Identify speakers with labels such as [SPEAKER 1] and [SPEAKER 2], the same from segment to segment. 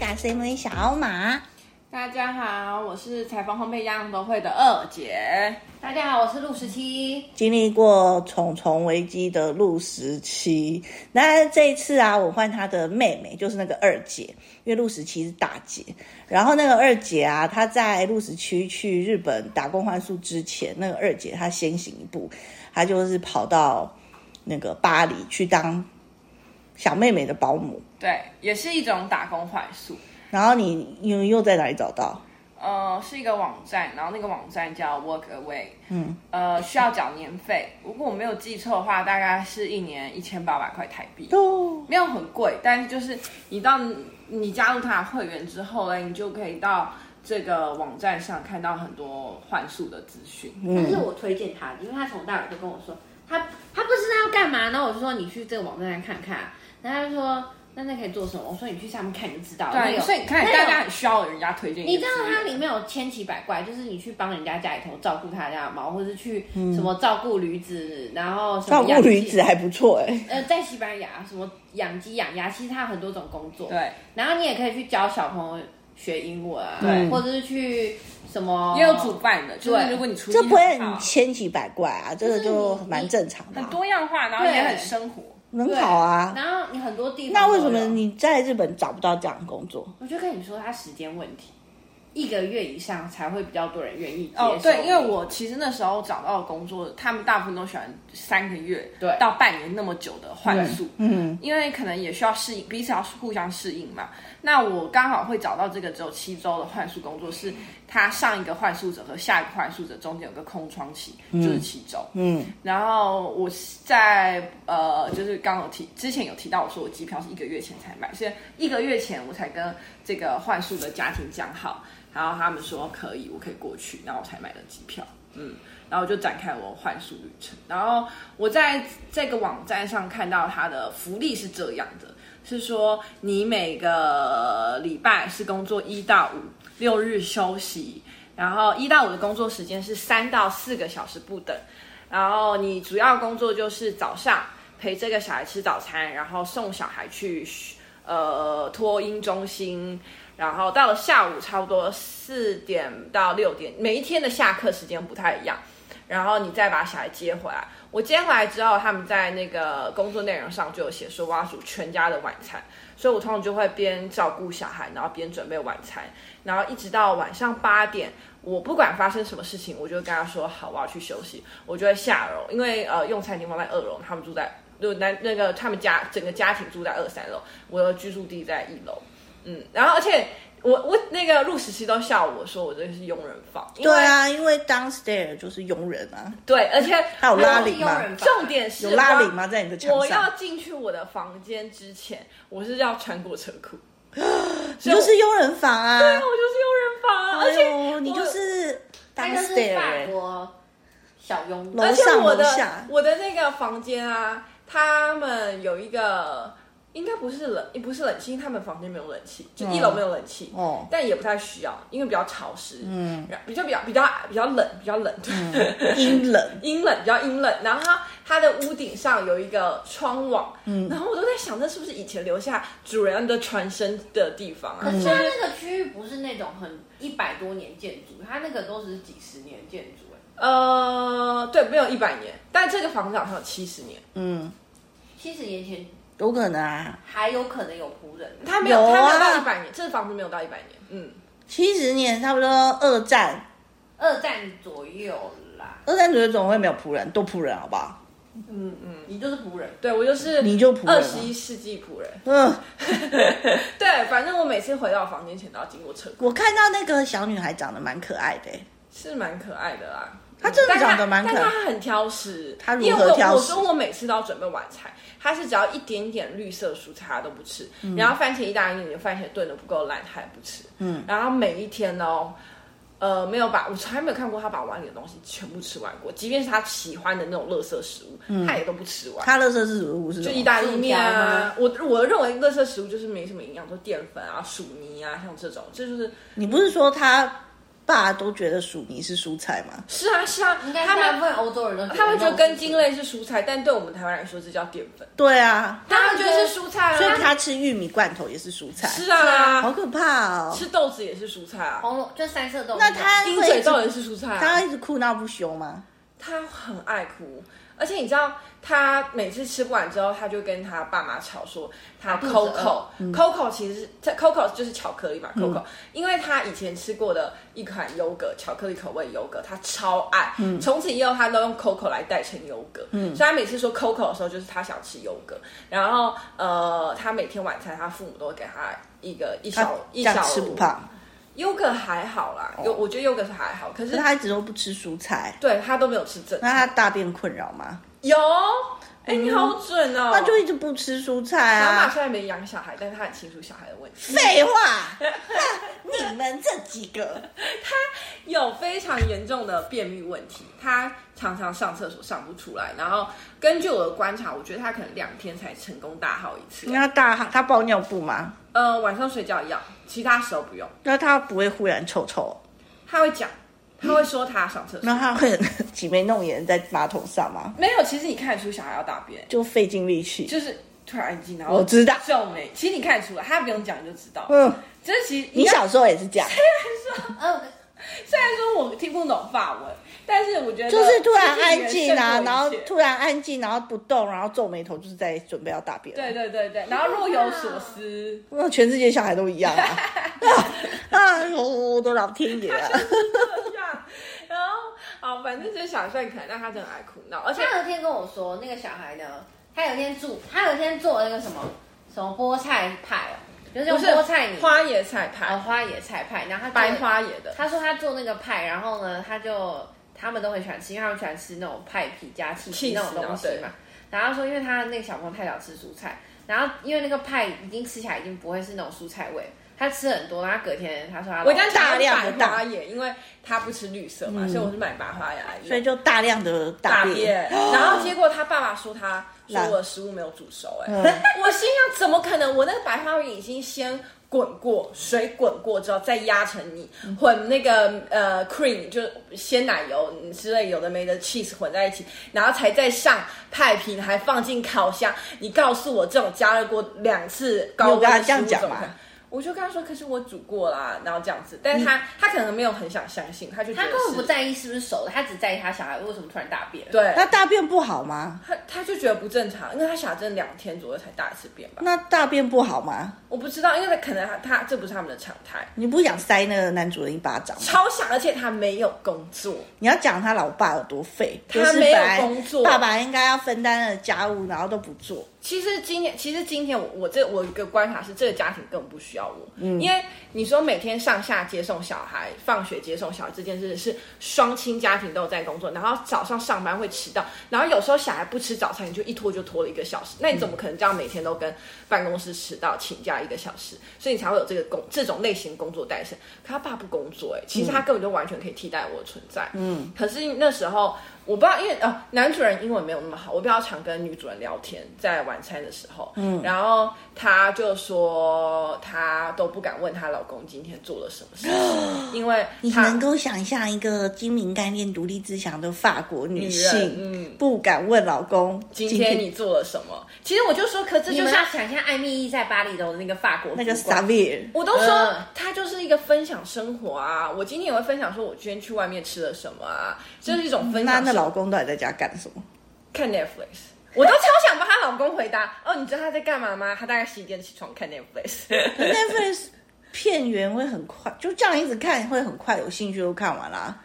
[SPEAKER 1] 哎 CV 小马。
[SPEAKER 2] 大家好，我是采风烘焙样都会的二姐。
[SPEAKER 3] 大家好，我是陆十七。
[SPEAKER 1] 经历过重重危机的陆十七，那这一次啊，我换她的妹妹，就是那个二姐，因为陆十七是大姐。然后那个二姐啊，她在陆十七去日本打工换宿之前，那个二姐她先行一步，她就是跑到那个巴黎去当小妹妹的保姆。
[SPEAKER 2] 对，也是一种打工换宿，
[SPEAKER 1] 然后你你又在哪里找到？
[SPEAKER 2] 呃，是一个网站，然后那个网站叫 Workaway，嗯，呃，需要缴年费。如果我没有记错的话，大概是一年一千八百块台币，
[SPEAKER 1] 哦，
[SPEAKER 2] 没有很贵，但是就是你到你加入它的会员之后呢，你就可以到这个网站上看到很多换宿的资讯。
[SPEAKER 1] 嗯
[SPEAKER 3] 但是我推荐他，因为他从大耳就跟我说，他他不知道要干嘛，然后我就说你去这个网站上看看啊，然后他就说那那可以做什么？我说你去上面看你就知道了。
[SPEAKER 1] 啊
[SPEAKER 3] 那
[SPEAKER 2] 对，
[SPEAKER 3] 有
[SPEAKER 2] 所以你看，
[SPEAKER 3] 那有
[SPEAKER 2] 大家很需要人家推荐。
[SPEAKER 3] 你知道它里面有千奇百怪，就是你去帮人家家里头照顾他家的猫，或是去什么照顾驴子，然后什么
[SPEAKER 1] 嗯照顾
[SPEAKER 3] 养鸡
[SPEAKER 1] 驴子。还不错哎、
[SPEAKER 3] 呃，在西班牙什么养鸡养鸭，其实它有很多种工作。
[SPEAKER 2] 对，
[SPEAKER 3] 然后你也可以去教小朋友学英文啊，
[SPEAKER 2] 对
[SPEAKER 3] 或者是去什么
[SPEAKER 2] 也有主办的，哦就是
[SPEAKER 3] 对
[SPEAKER 2] 如果你出
[SPEAKER 1] 这不会
[SPEAKER 2] 很好
[SPEAKER 1] 很千奇百怪啊，这个就蛮正常的、
[SPEAKER 2] 很
[SPEAKER 1] 啊，
[SPEAKER 2] 多样化，然后
[SPEAKER 3] 对
[SPEAKER 2] 也很生活。
[SPEAKER 1] 很好啊。
[SPEAKER 3] 然后你很多地方
[SPEAKER 1] 那为什
[SPEAKER 3] 都
[SPEAKER 1] 么
[SPEAKER 3] 有
[SPEAKER 1] 你在日本找不到这样的工作？
[SPEAKER 3] 我就跟你说，它时间问题，一个月以上才会比较多人愿意接受。
[SPEAKER 2] 哦，对，因为我其实那时候找到的工作，他们大部分都喜欢三个月
[SPEAKER 3] 对
[SPEAKER 2] 到半年那么久的换宿，
[SPEAKER 1] 嗯，
[SPEAKER 2] 因为可能也需要适应，彼此要互相适应嘛。那我刚好会找到这个只有七周的换宿工作，是他上一个换宿者和下一个换宿者中间有个空窗期，就是七周。
[SPEAKER 1] 嗯，
[SPEAKER 2] 然后我是在呃，就是刚有提之前有提到，我说我机票是一个月前才买，所以一个月前我才跟这个换宿的家庭讲好，然后他们说可以，我可以过去，然后我才买了机票。嗯，然后就展开我换宿旅程。然后我在这个网站上看到它的福利是这样的，是说你每个礼拜是工作一到五，六日休息，然后一到五的工作时间是三到四个小时不等。然后你主要工作就是早上陪这个小孩吃早餐，然后送小孩去呃托婴中心，然后到了下午差不多四点到六点，每一天的下课时间不太一样，然后你再把小孩接回来。我接回来之后，他们在那个工作内容上就有写说我要煮全家的晚餐，所以我通常就会边照顾小孩，然后边准备晚餐，然后一直到晚上八点，我不管发生什么事情，我就跟他说好，我要去休息，我就会下楼，因为呃用餐地方在二楼，他们住在就那那个他们家整个家庭住在二三楼，我的居住地在一楼，嗯，然后而且我我那个陆时期都笑我说我这个是佣人房，因为
[SPEAKER 1] 对，啊，因为 downstairs 就是佣人啊，
[SPEAKER 2] 对，而且
[SPEAKER 1] 还有拉
[SPEAKER 3] 是
[SPEAKER 1] 铃
[SPEAKER 3] 佣
[SPEAKER 1] 嘛，
[SPEAKER 3] 人吧
[SPEAKER 2] 重点是
[SPEAKER 1] 有拉
[SPEAKER 2] 我
[SPEAKER 1] 铃吗？在你的墙
[SPEAKER 2] 我要
[SPEAKER 1] 上？
[SPEAKER 2] 进去我的房间之前，我是要穿过车库，
[SPEAKER 1] 你就是佣人房啊，
[SPEAKER 2] 那我就是佣人房啊，
[SPEAKER 1] 哎
[SPEAKER 2] 而
[SPEAKER 1] 呦
[SPEAKER 2] 且
[SPEAKER 1] 你
[SPEAKER 2] 我
[SPEAKER 1] 就是
[SPEAKER 3] 它就是法
[SPEAKER 1] downstairs，欸
[SPEAKER 3] 国小佣
[SPEAKER 1] 楼
[SPEAKER 2] 而
[SPEAKER 3] 人，
[SPEAKER 2] 且
[SPEAKER 1] 上
[SPEAKER 2] 我的
[SPEAKER 1] 楼下
[SPEAKER 2] 我的那个房间啊，他们有一个应该不是冷，不是冷气，因为他们房间没有冷气，就一楼没有冷气，
[SPEAKER 1] 哦
[SPEAKER 2] 但也不太需要，因为比较潮湿，
[SPEAKER 1] 嗯，
[SPEAKER 2] 然后比较比较比较比较冷，比较冷，对，
[SPEAKER 1] 阴冷，
[SPEAKER 2] 阴冷，比较阴冷。然后它它的屋顶上有一个窗网，嗯，然后我都在想，这是不是以前留下主人的传声的地方啊？
[SPEAKER 3] 可是
[SPEAKER 2] 就
[SPEAKER 1] 嗯
[SPEAKER 3] 它
[SPEAKER 2] 是
[SPEAKER 3] 那个区域不是那种很一百多年建筑，它那个都只是几十年建筑、哎，
[SPEAKER 2] 呃，对，没有一百年，但这个房子好像有七十年，
[SPEAKER 1] 嗯，
[SPEAKER 3] 七十年前
[SPEAKER 1] 有可能啊，
[SPEAKER 3] 还有可能有仆人。
[SPEAKER 2] 它没有，
[SPEAKER 1] 有
[SPEAKER 2] 它没有
[SPEAKER 1] 啊
[SPEAKER 2] 到一百年，这个房子没有到一百年，嗯。
[SPEAKER 1] 七十年差不多二战，
[SPEAKER 3] 二战左右啦，
[SPEAKER 1] 二战左右总会没有仆人，多仆人好不好？
[SPEAKER 3] 嗯嗯，你就是仆人，
[SPEAKER 2] 对我就是
[SPEAKER 1] 你就仆人
[SPEAKER 2] 二
[SPEAKER 1] 啊
[SPEAKER 2] 十一世纪仆人。
[SPEAKER 1] 嗯。
[SPEAKER 2] 对，反正我每次回到房间前都要经过车库，
[SPEAKER 1] 我看到那个小女孩长得蛮可爱的、欸，
[SPEAKER 2] 是蛮可爱的啦。嗯
[SPEAKER 1] 她真的
[SPEAKER 2] 但
[SPEAKER 1] 长得蛮可
[SPEAKER 2] 但
[SPEAKER 1] 爱。
[SPEAKER 2] 她很挑食。
[SPEAKER 1] 她如何
[SPEAKER 2] 因为我
[SPEAKER 1] 挑食
[SPEAKER 2] 我说我每次都要准备晚餐，她是只要一点点绿色蔬菜她都不吃，
[SPEAKER 1] 嗯
[SPEAKER 2] 然后番茄意大利面番茄炖的不够烂她也不吃，嗯，然后每一天哦。呃，没有把我从来没有看过她把碗里的东西全部吃完过，即便是她喜欢的那种垃圾食物，
[SPEAKER 1] 嗯
[SPEAKER 2] 她也都不吃完。
[SPEAKER 1] 她乐色是如是什
[SPEAKER 2] 就
[SPEAKER 1] 么
[SPEAKER 2] 意大利面啊，我
[SPEAKER 3] 薯
[SPEAKER 2] 我认为垃圾食物就是没什么营养，都淀粉啊、薯泥啊，像这种，这就是
[SPEAKER 1] 你不是说她爸都觉得薯泥是蔬菜嘛，
[SPEAKER 2] 是啊是啊，
[SPEAKER 3] 应该
[SPEAKER 2] 他
[SPEAKER 3] 大部
[SPEAKER 2] 们
[SPEAKER 3] 分欧洲人都
[SPEAKER 2] 他们觉得根茎
[SPEAKER 3] 类，
[SPEAKER 2] 类是蔬菜，但对我们台湾来说这叫淀粉，
[SPEAKER 1] 对啊，
[SPEAKER 2] 他们觉得是蔬菜
[SPEAKER 1] 所以
[SPEAKER 2] 啊，
[SPEAKER 1] 他吃玉米罐头也是蔬菜，
[SPEAKER 2] 是
[SPEAKER 1] 好
[SPEAKER 2] 啊，
[SPEAKER 1] 可怕哦。
[SPEAKER 2] 吃豆子也是蔬菜啊，
[SPEAKER 3] 红萝就三色豆。
[SPEAKER 1] 那他
[SPEAKER 2] 鹰
[SPEAKER 1] 会
[SPEAKER 2] 嘴
[SPEAKER 1] 一直
[SPEAKER 2] 豆也是蔬菜
[SPEAKER 1] 他
[SPEAKER 2] 啊，
[SPEAKER 1] 会一直哭闹不休吗？
[SPEAKER 2] 他很爱哭。而且你知道，他每次吃不完之后，他就跟他爸妈吵说，他
[SPEAKER 3] 肚子饿
[SPEAKER 2] Coco、Coco
[SPEAKER 1] 嗯
[SPEAKER 2] 其实是这 Coco 就是巧克力嘛，Coco，、因为他以前吃过的一款优格，巧克力口味优格，他超爱，
[SPEAKER 1] 嗯
[SPEAKER 2] 从此以后他都用 Coco 来代称优格，所以他每次说 Coco 的时候，就是他想吃优格，然后呃，他每天晚餐他父母都会给他一个一
[SPEAKER 1] 他
[SPEAKER 2] 小
[SPEAKER 1] 这
[SPEAKER 2] 一
[SPEAKER 1] 样
[SPEAKER 2] 小
[SPEAKER 1] 吃不胖，哦
[SPEAKER 2] 优格还好啦，有、我觉得优格是还好，可
[SPEAKER 1] 可
[SPEAKER 2] 是
[SPEAKER 1] 是他一直都不吃蔬菜，
[SPEAKER 2] 对他都没有吃正
[SPEAKER 1] 那他大便困扰吗？
[SPEAKER 2] 有，哎、你好准哦。
[SPEAKER 1] 他嗯就一直不吃蔬菜
[SPEAKER 2] 小马
[SPEAKER 1] 啊。
[SPEAKER 2] 虽然没养小孩，但是他很清楚小孩的问题，
[SPEAKER 1] 废话， 那你们这几个，
[SPEAKER 2] 有非常严重的便秘问题，他常常上厕所上不出来。然后根据我的观察，我觉得他可能两天才成功大号一次。
[SPEAKER 1] 那大他包尿布吗？
[SPEAKER 2] 呃，晚上睡觉要，其他时候不用。
[SPEAKER 1] 那他不会忽然臭臭，
[SPEAKER 2] 他会讲，他会说他要上厕所。
[SPEAKER 1] 那他会 挤眉弄眼在马桶上吗？
[SPEAKER 2] 没有，其实你看得出小孩要大便，
[SPEAKER 1] 就费尽力气。
[SPEAKER 2] 就是突然安静，然后
[SPEAKER 1] 我知道，
[SPEAKER 2] 皱眉。其实你看得出来，他不用讲你就知道。
[SPEAKER 1] 嗯，
[SPEAKER 2] 这其实
[SPEAKER 1] 你小时候也是这 样，
[SPEAKER 3] 呃，
[SPEAKER 2] 虽然说我听不懂法文，但是我觉得
[SPEAKER 1] 就是突然安
[SPEAKER 2] 肢体语
[SPEAKER 1] 静
[SPEAKER 2] 言
[SPEAKER 1] 啊，
[SPEAKER 2] 胜过
[SPEAKER 1] 然后
[SPEAKER 2] 一切
[SPEAKER 1] 突然安静，然后不动，然后皱眉头，就是在准备要大便。
[SPEAKER 2] 对，对对对，然后若有所思，
[SPEAKER 1] 那全世界小孩都一 样啊！啊，我我的老天爷 啊！
[SPEAKER 2] 这样，然后啊，反正就是小帅可爱，但他真的很爱哭闹，而且
[SPEAKER 3] 他有一天跟我说，那个小孩呢，他有一天煮，他有一天做那个什么什么菠菜派哦，就是用
[SPEAKER 2] 不是
[SPEAKER 3] 菠菜泥
[SPEAKER 2] 花椰菜
[SPEAKER 3] 呃
[SPEAKER 2] 派，
[SPEAKER 1] 哦
[SPEAKER 3] 花野菜派，然后他做
[SPEAKER 2] 白花椰的，
[SPEAKER 3] 他说他做那个派，然后呢，他就他们都很喜欢吃，因为他们喜欢吃那种派皮加气
[SPEAKER 2] 气
[SPEAKER 3] 那
[SPEAKER 2] 死
[SPEAKER 3] 种
[SPEAKER 2] 啊
[SPEAKER 3] 东西嘛。然后他说，因为他那个小朋友太少吃蔬菜，然后因为那个派已经吃起来已经不会是那种蔬菜味，他吃很多，然后隔天他说他
[SPEAKER 2] 我一定要
[SPEAKER 1] 大嗯
[SPEAKER 2] 讲
[SPEAKER 1] 量
[SPEAKER 2] 白
[SPEAKER 1] 的大
[SPEAKER 2] 花椰，因为他不吃绿色嘛，所以我是买白花椰，
[SPEAKER 1] 所以就大量的大
[SPEAKER 2] 大
[SPEAKER 1] 便
[SPEAKER 2] 便，，然后结果他爸爸说他
[SPEAKER 1] 嗯
[SPEAKER 2] 说
[SPEAKER 1] 懒
[SPEAKER 2] 我的食物没有煮熟、哎、
[SPEAKER 1] 嗯
[SPEAKER 2] 我心想怎么可能？我那个白花鱼已经先滚过，水滚过之后再压成泥，
[SPEAKER 1] 嗯
[SPEAKER 2] 混那个呃 cream 就是鲜奶油嗯之类有的没的 cheese 混在一起，然后才再上派皮，还放进烤箱。你告诉我这种加热过两次高温
[SPEAKER 1] 你有跟他
[SPEAKER 2] 的
[SPEAKER 1] 这
[SPEAKER 2] 食
[SPEAKER 1] 样
[SPEAKER 2] 物
[SPEAKER 1] 讲
[SPEAKER 2] 怎么
[SPEAKER 1] 吗
[SPEAKER 2] 可能？我就跟他说，可是我煮过啦，然后这样子，但
[SPEAKER 1] 嗯
[SPEAKER 2] 是他、他可能没有很想相信，他就觉
[SPEAKER 3] 他
[SPEAKER 2] 得
[SPEAKER 3] 根本
[SPEAKER 2] 是
[SPEAKER 3] 不在意是不是熟的，他只在意他小孩为什么突然大便。，
[SPEAKER 2] 对，
[SPEAKER 1] 那大便不好吗？
[SPEAKER 2] 他他就觉得不正常，因为他小孩真的两天左右才大一次便吧。
[SPEAKER 1] 那大便不好吗？
[SPEAKER 2] 我不知道，因为可能他他这不是他们的常态，
[SPEAKER 1] 你不是想塞那个男主人一巴掌吗？
[SPEAKER 2] 超想，而且他没有工作，
[SPEAKER 1] 你要讲他老爸有多废，
[SPEAKER 2] 他
[SPEAKER 1] 就是
[SPEAKER 2] 没有
[SPEAKER 1] 本来
[SPEAKER 2] 工作
[SPEAKER 1] 爸爸应该要分担了家务，然后都不做。
[SPEAKER 2] 其实今天，其实今天我我这我有一个观察是，这个家庭根本不需要我，因为你说每天上下接送小孩、放学接送小孩这件事是双亲家庭都有在工作，然后早上上班会迟到，然后有时候小孩不吃早餐，你就一拖就拖了一个小时，那你怎么可能这样每天都跟办公室迟到请假一个小时？所以你才会有这个工这种类型工作代身。可他爸不工作、欸，其实他根本就完全可以替代我的存在，嗯，可是那时候。我不知道，因为呃，男主人英文没有那么好，我比较常跟女主人聊天，在晚餐的时候，嗯，然后她就说她都不敢问她老公今天做了什么事情，因 为
[SPEAKER 1] 你
[SPEAKER 2] 她
[SPEAKER 1] 能够想象一个精明干练、独立自强的法国女
[SPEAKER 2] 女人
[SPEAKER 1] 性，
[SPEAKER 2] 嗯，
[SPEAKER 1] 不敢问老公
[SPEAKER 2] 今天你做了什么？其实我就说，可这
[SPEAKER 3] 你
[SPEAKER 2] 就
[SPEAKER 3] 们
[SPEAKER 2] 是
[SPEAKER 3] 要想象艾米丽在巴厘岛的那个法国
[SPEAKER 1] 那个
[SPEAKER 3] 主管
[SPEAKER 1] Savir，
[SPEAKER 2] 我都说
[SPEAKER 3] 嗯
[SPEAKER 2] 他就是一个分享生活啊，我今天也会分享说我今天去外面吃了什么啊，这是一种分
[SPEAKER 1] 那
[SPEAKER 2] 享
[SPEAKER 1] 那
[SPEAKER 2] 生活。
[SPEAKER 1] 老公到底在家干什么？
[SPEAKER 2] 看 Netflix。我都超想帮她老公回答哦，你知道她在干嘛吗？她大概十一点起床看 Netflix。
[SPEAKER 1] Netflix 片源会很快，就这样一直看会很快，有兴趣就看完啦。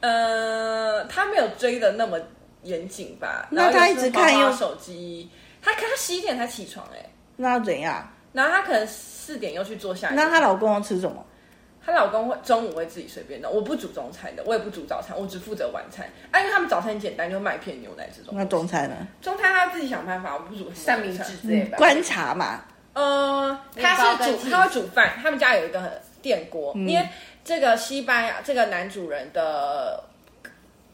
[SPEAKER 2] 呃，他没有追的那么严谨吧？
[SPEAKER 1] 那
[SPEAKER 2] 然后
[SPEAKER 1] 他
[SPEAKER 2] 又
[SPEAKER 1] 一
[SPEAKER 2] 是
[SPEAKER 1] 直看
[SPEAKER 2] 滑滑
[SPEAKER 1] 又
[SPEAKER 2] 手机，他看他十一点才起床哎、
[SPEAKER 1] 那要怎样？
[SPEAKER 2] 然后他可能四点又去做下一个。
[SPEAKER 1] 那她老公要吃什么？
[SPEAKER 2] 她老公会中午会自己随便弄，我不煮中餐的，我也不煮早餐，我只负责晚餐。啊，因为他们早餐很简单，就麦片、牛奶这种。
[SPEAKER 1] 那中餐呢？
[SPEAKER 2] 中餐他自己想办法，我不煮什
[SPEAKER 3] 三
[SPEAKER 2] 么
[SPEAKER 3] 明
[SPEAKER 2] 中餐
[SPEAKER 3] 治之类的吧。
[SPEAKER 1] 观察嘛，
[SPEAKER 2] 呃，
[SPEAKER 3] 面包
[SPEAKER 2] 他是
[SPEAKER 3] 跟嗯
[SPEAKER 2] 煮
[SPEAKER 3] cheese
[SPEAKER 2] 他会煮饭，他们家有一个很电锅，因为这个西班牙这个男主人的。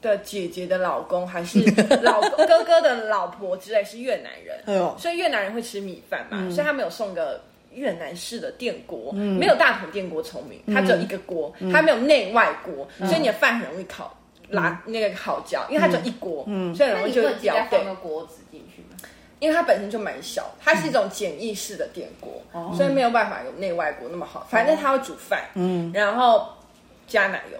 [SPEAKER 2] 的姐姐的老公还 是老公哥哥的老婆之类是越南人，
[SPEAKER 1] 哎呦，
[SPEAKER 3] 嗯
[SPEAKER 2] 所以越南人会吃米饭嘛，所以他们有送个越南式的电锅，没有大同电锅聪明，它只
[SPEAKER 3] 嗯
[SPEAKER 2] 有一个锅，它没有内外锅，所以你的饭很容易烤拉那个烤焦，因为它只有一锅，所以很
[SPEAKER 3] 嗯那
[SPEAKER 2] 容易
[SPEAKER 3] 你
[SPEAKER 2] 就
[SPEAKER 3] 会
[SPEAKER 2] 会
[SPEAKER 3] 直接
[SPEAKER 2] 掉
[SPEAKER 3] 放
[SPEAKER 2] 对。
[SPEAKER 3] 个锅子进去吗？
[SPEAKER 2] 因为它本身就蛮小，它是一种简易式的电锅，所以没有办法有内外锅那么好。反正它会煮饭，哦嗯，然后加奶油，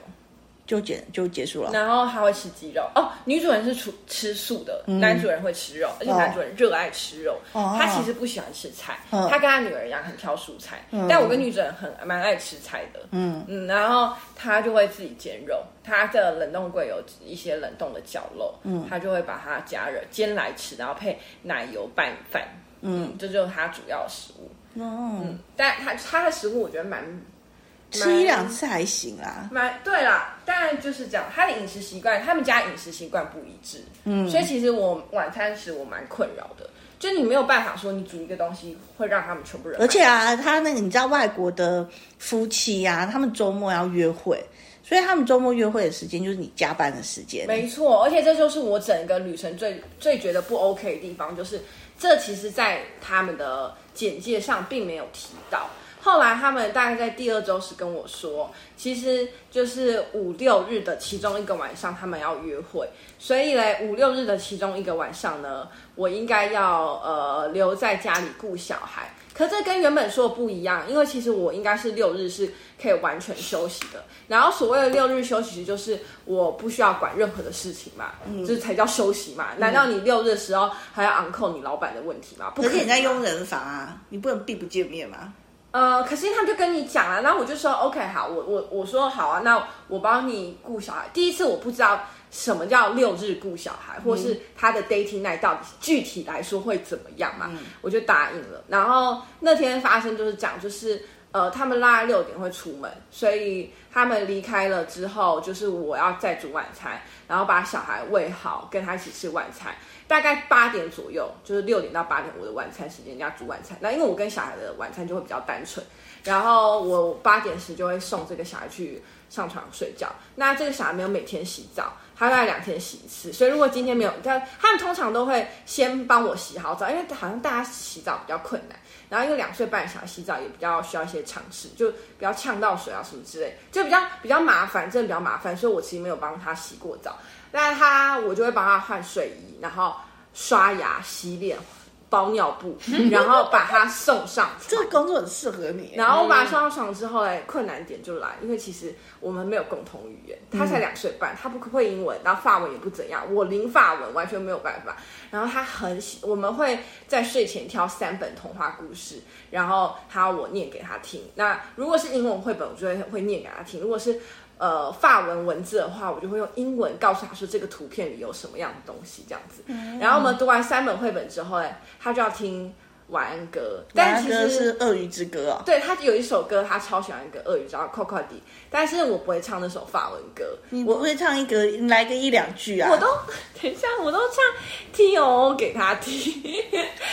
[SPEAKER 1] 就结就结束了。
[SPEAKER 2] 然后还会吃鸡肉哦。女主人是吃吃素的，男主人会吃肉，而且男主人热爱吃肉。他其实不喜欢吃菜，他跟他女儿一样很挑蔬菜。但我跟女主人很蛮爱吃菜的，嗯嗯，然后他就会自己煎肉。他的冷冻柜有一些冷冻的绞肉，嗯，他就会把它加热煎来吃，然后配奶油拌饭，嗯，这就是他主要的食物。
[SPEAKER 1] 嗯，
[SPEAKER 2] 但他他的食物我觉得蛮
[SPEAKER 1] 吃一两次还行啦。
[SPEAKER 2] 蛮对啦，当然就是这样。他的饮食习惯，他们家饮食习惯不一致，嗯，所以其实我晚餐时我蛮困扰的，就你没有办法说你煮一个东西会让他们全部人满
[SPEAKER 1] 而
[SPEAKER 2] 意，
[SPEAKER 1] 且啊，他那个你知道外国的夫妻啊，他们周末要约会，所以他们周末约会的时间就是你加班的时间。
[SPEAKER 2] 没错，而且这就是我整个旅程最最觉得不 OK 的地方，就是这其实，在他们的简介上并没有提到。后来他们大概在第二周是跟我说，其实就是五六日的其中一个晚上他们要约会，所以嘞五六日的其中一个晚上呢，我应该要呃留在家里顾小孩。可这跟原本说的不一样，因为其实我应该是六日是可以完全休息的。然后所谓的六日休息，其实就是我不需要管任何的事情嘛，
[SPEAKER 1] 嗯
[SPEAKER 2] 就是才叫休息嘛。难道你六日的时候还要 u n c l 你老板的问题吗？不
[SPEAKER 1] 而且
[SPEAKER 2] 能
[SPEAKER 1] 你在
[SPEAKER 2] 嘛
[SPEAKER 1] 佣人房啊，你不能避不见面嘛。
[SPEAKER 2] 呃，可是他们就跟你讲了，然后我就说 OK 好，我我我说好啊，那我帮你顾小孩。第一次我不知道什么叫六日顾小孩，或是他的 dating night 到底具体来说会怎么样嘛，我就答应了。然后那天发生就是讲就是。呃，他们拉六点会出门，所以他们离开了之后，就是我要再煮晚餐，然后把小孩喂好，跟他一起吃晚餐。大概八点左右，就是六点到八点，我的晚餐时间要煮晚餐。那因为我跟小孩的晚餐就会比较单纯，然后我八点时就会送这个小孩去上床睡觉。那这个小孩没有每天洗澡，他大概两天洗一次。所以如果今天没有，他他们通常都会先帮我洗好澡，因为好像大家洗澡比较困难。然后因为两岁半的小孩洗澡也比较需要一些尝试，就比较呛到水啊什么之类，就比较比较麻烦，真的比较麻烦，所以我其实没有帮他洗过澡。那他我就会帮他换睡衣，然后刷牙、洗脸、包尿布，然后把他送上床。
[SPEAKER 1] 这个工作很适合你。
[SPEAKER 2] 然后我把他送上床之后，哎，困难点就来，因为其实我们没有共同语言，他才两岁半，他不会英文，然后法文也不怎样，我零法文完全没有办法。然后他很喜，我们会在睡前挑三本童话故事，然后他要我念给他听。那如果是英文绘本，我就会会念给他听；如果是呃法文文字的话，我就会用英文告诉他说这个图片里有什么样的东西这样子。然后我们读完三本绘本之后，哎，他就要听晚安歌，但
[SPEAKER 1] 但
[SPEAKER 2] 其
[SPEAKER 1] 哥
[SPEAKER 2] 实
[SPEAKER 1] 是《鳄鱼之歌》哦。
[SPEAKER 2] 对他有一首歌，他超喜欢一个鳄鱼，叫《扣扣迪》，但是我不会唱那首法文歌，
[SPEAKER 1] 你不
[SPEAKER 2] 我
[SPEAKER 1] 会唱一个，你来个一两句啊？
[SPEAKER 2] 我都 等一下，我都唱 T O 给他听，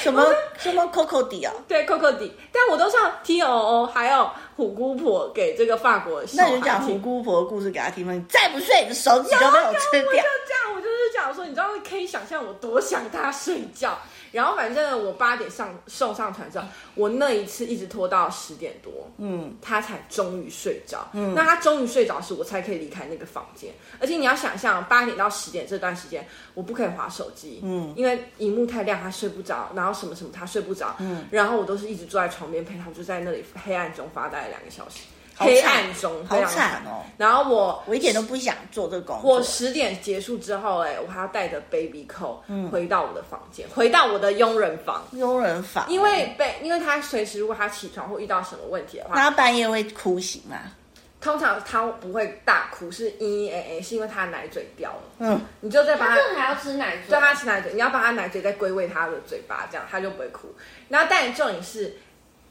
[SPEAKER 1] 什么什么 Coco 底啊？
[SPEAKER 2] 对扣扣迪，但我都唱 T O O，还有虎姑婆给这个法国小
[SPEAKER 1] 那
[SPEAKER 2] 孩
[SPEAKER 1] 你就讲
[SPEAKER 2] 听
[SPEAKER 1] 虎姑婆的故事给他听吗？你再不睡，你的手指就被我吃
[SPEAKER 2] 我就
[SPEAKER 1] 掉。
[SPEAKER 2] 这样，我就是讲说，你知道可以想象我多想他睡觉。然后反正我八点上送上船之后，我那一次一直拖到十点多，嗯，他才终于睡着。嗯，那他终于睡着时，我才可以离开那个房间。而且你要想象，八点到十点这段时间，我不可以划手机，嗯，因为荧幕太亮，他睡不着，然后什么什么他睡不着，嗯，然后我都是一直坐在床边陪他，就在那里黑暗中发呆了两个小时， 黑暗中非
[SPEAKER 1] 好
[SPEAKER 2] 常
[SPEAKER 1] 惨哦！
[SPEAKER 2] 然后我
[SPEAKER 1] 我一点都不想做这个工作。
[SPEAKER 2] 我十点结束之后、哎，我还要带着 baby 扣
[SPEAKER 1] 嗯
[SPEAKER 2] 回到我的房间，回到我的佣人房，
[SPEAKER 1] 佣人法，
[SPEAKER 2] 因为被，因为他随时如果他起床或遇到什么问题的话，
[SPEAKER 1] 那他半夜会哭醒嘛？
[SPEAKER 2] 通常他不会大哭，是嘤嘤哎哎，是因为他的奶嘴掉了，
[SPEAKER 1] 嗯，
[SPEAKER 2] 你就再把
[SPEAKER 3] 他
[SPEAKER 2] 他。
[SPEAKER 3] 这还要吃奶嘴
[SPEAKER 2] 对？啊他吃奶嘴，你要把他奶嘴再归位他的嘴巴，这样他就不会哭。然后但重点是，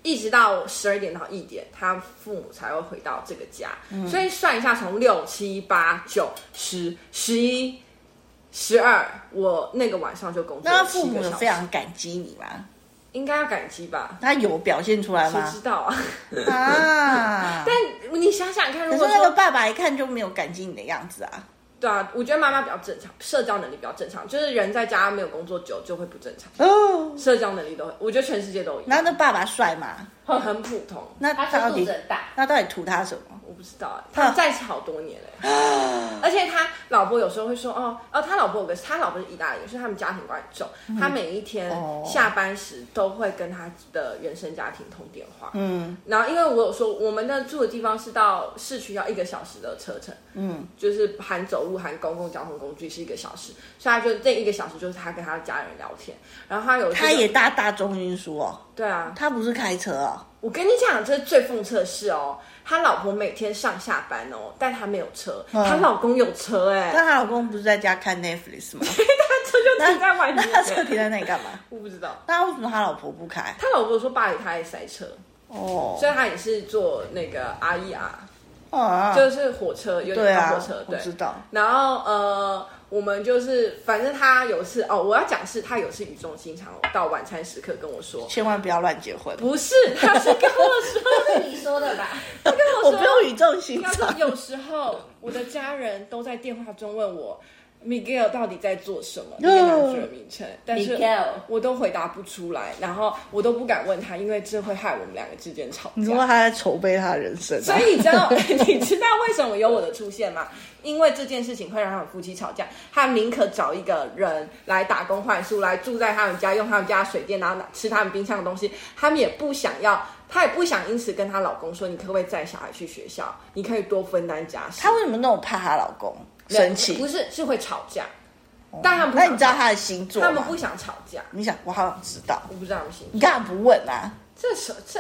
[SPEAKER 2] 一直到十二点到一点，他父母才会回到这个家。
[SPEAKER 1] 嗯
[SPEAKER 2] 所以算一下，从六七八九十十一十二，我那个晚上就工作
[SPEAKER 1] 那他
[SPEAKER 2] 了
[SPEAKER 1] 父
[SPEAKER 2] 七
[SPEAKER 1] 母
[SPEAKER 2] 个小时。
[SPEAKER 1] 有非常感激你吗？
[SPEAKER 2] 应该要感激吧？
[SPEAKER 1] 他有表现出来
[SPEAKER 2] 谁
[SPEAKER 1] 吗
[SPEAKER 2] 知？道啊？
[SPEAKER 1] 啊！
[SPEAKER 2] 但你想想看，如
[SPEAKER 1] 可
[SPEAKER 2] 果
[SPEAKER 1] 是那
[SPEAKER 2] 说
[SPEAKER 1] 个爸爸一看就没有感激你的样子啊。
[SPEAKER 2] 对啊，我觉得妈妈比较正常，社交能力比较正常，就是人在家没有工作久就会不正常，
[SPEAKER 1] 哦，
[SPEAKER 2] 社交能力都会，我觉得全世界都一样。
[SPEAKER 1] 然后那爸爸帅吗？
[SPEAKER 2] 很普通。
[SPEAKER 1] 那
[SPEAKER 3] 他就
[SPEAKER 1] 到
[SPEAKER 3] 肚
[SPEAKER 1] 底
[SPEAKER 3] 子很大，
[SPEAKER 1] 那到底图他什么？
[SPEAKER 2] 我不知
[SPEAKER 1] 啊
[SPEAKER 2] 道，他在一起好多年了， 而且他老婆有时候会说，哦哦，他老婆有个，他老婆是意大利人，所以他们家庭观很重。他每一天
[SPEAKER 1] 嗯哦
[SPEAKER 2] 下班时都会跟他的原生家庭通电话。
[SPEAKER 1] 嗯
[SPEAKER 2] 然后因为我有说，我们的住的地方是到市区要一个小时的车程，
[SPEAKER 1] 嗯，
[SPEAKER 2] 就是含走路含公共交通工具是一个小时，所以他就这一个小时就是他跟他的家人聊天。然后他有这个
[SPEAKER 1] 他也搭大众运输哦，
[SPEAKER 2] 对啊，
[SPEAKER 1] 他不是开车 哦。
[SPEAKER 2] 我跟你讲，这是最讽刺的事哦。她老婆每天上下班哦，但她没有车，
[SPEAKER 1] 嗯
[SPEAKER 2] 她、老公有车哎、
[SPEAKER 1] 那她老公不是在家看 Netflix 吗？
[SPEAKER 2] 车就停在外
[SPEAKER 1] 那 他
[SPEAKER 2] 面。
[SPEAKER 1] 车停在那里干嘛？
[SPEAKER 2] 我不知道，
[SPEAKER 1] 那为什么他老婆不开？
[SPEAKER 2] 她老婆说巴黎她也塞车，
[SPEAKER 1] 哦，
[SPEAKER 2] 所以她也是坐那个 R E R，
[SPEAKER 1] 啊，
[SPEAKER 2] 就是火车，有
[SPEAKER 1] 对
[SPEAKER 2] 点
[SPEAKER 1] 啊
[SPEAKER 2] 像火车，，
[SPEAKER 1] 我
[SPEAKER 2] 对。
[SPEAKER 1] 知道。
[SPEAKER 2] 然后呃，我们就是反正她有次哦，我要讲是她有次语重心长到晚餐时刻跟 我说，
[SPEAKER 1] 千万不要乱结婚，
[SPEAKER 2] 不是，她是跟我说，
[SPEAKER 3] 是你说的吧？
[SPEAKER 2] 跟
[SPEAKER 1] 我
[SPEAKER 2] 说
[SPEAKER 1] 不用语重 心
[SPEAKER 2] 要
[SPEAKER 1] 长
[SPEAKER 2] 是。有时候我的家人都在电话中问我，Miguel 到底在做什么，那个男主人名称，但是
[SPEAKER 3] Miguel
[SPEAKER 2] 我都回答不出来，然后我都不敢问他，因为这会害我们两个之间吵
[SPEAKER 1] 你说
[SPEAKER 2] 架。
[SPEAKER 1] 他在筹备他的人生、啊，
[SPEAKER 2] 所以你知道， 你知道为什么有我的出现吗？因为这件事情会让他们夫妻吵架，他宁可找一个人来打工换宿，来住在他们家，用他们家水电，然后拿吃他们冰箱的东西，他们也不想要，她也不想因此跟她老公说，你可不可以载小孩去学校？你可以多分担家事。
[SPEAKER 1] 她为什么那么怕她老公生
[SPEAKER 2] 不
[SPEAKER 1] 气？哦
[SPEAKER 2] 是是会吵架，但他们不
[SPEAKER 1] 那你
[SPEAKER 2] 想
[SPEAKER 1] 知道她的星座
[SPEAKER 2] 他们
[SPEAKER 1] 吗
[SPEAKER 2] 不？想吵架，
[SPEAKER 1] 你想，我好想知道，
[SPEAKER 2] 我不知道他们心
[SPEAKER 1] 你
[SPEAKER 2] 情。
[SPEAKER 1] 干嘛不问啊？
[SPEAKER 2] 这时候这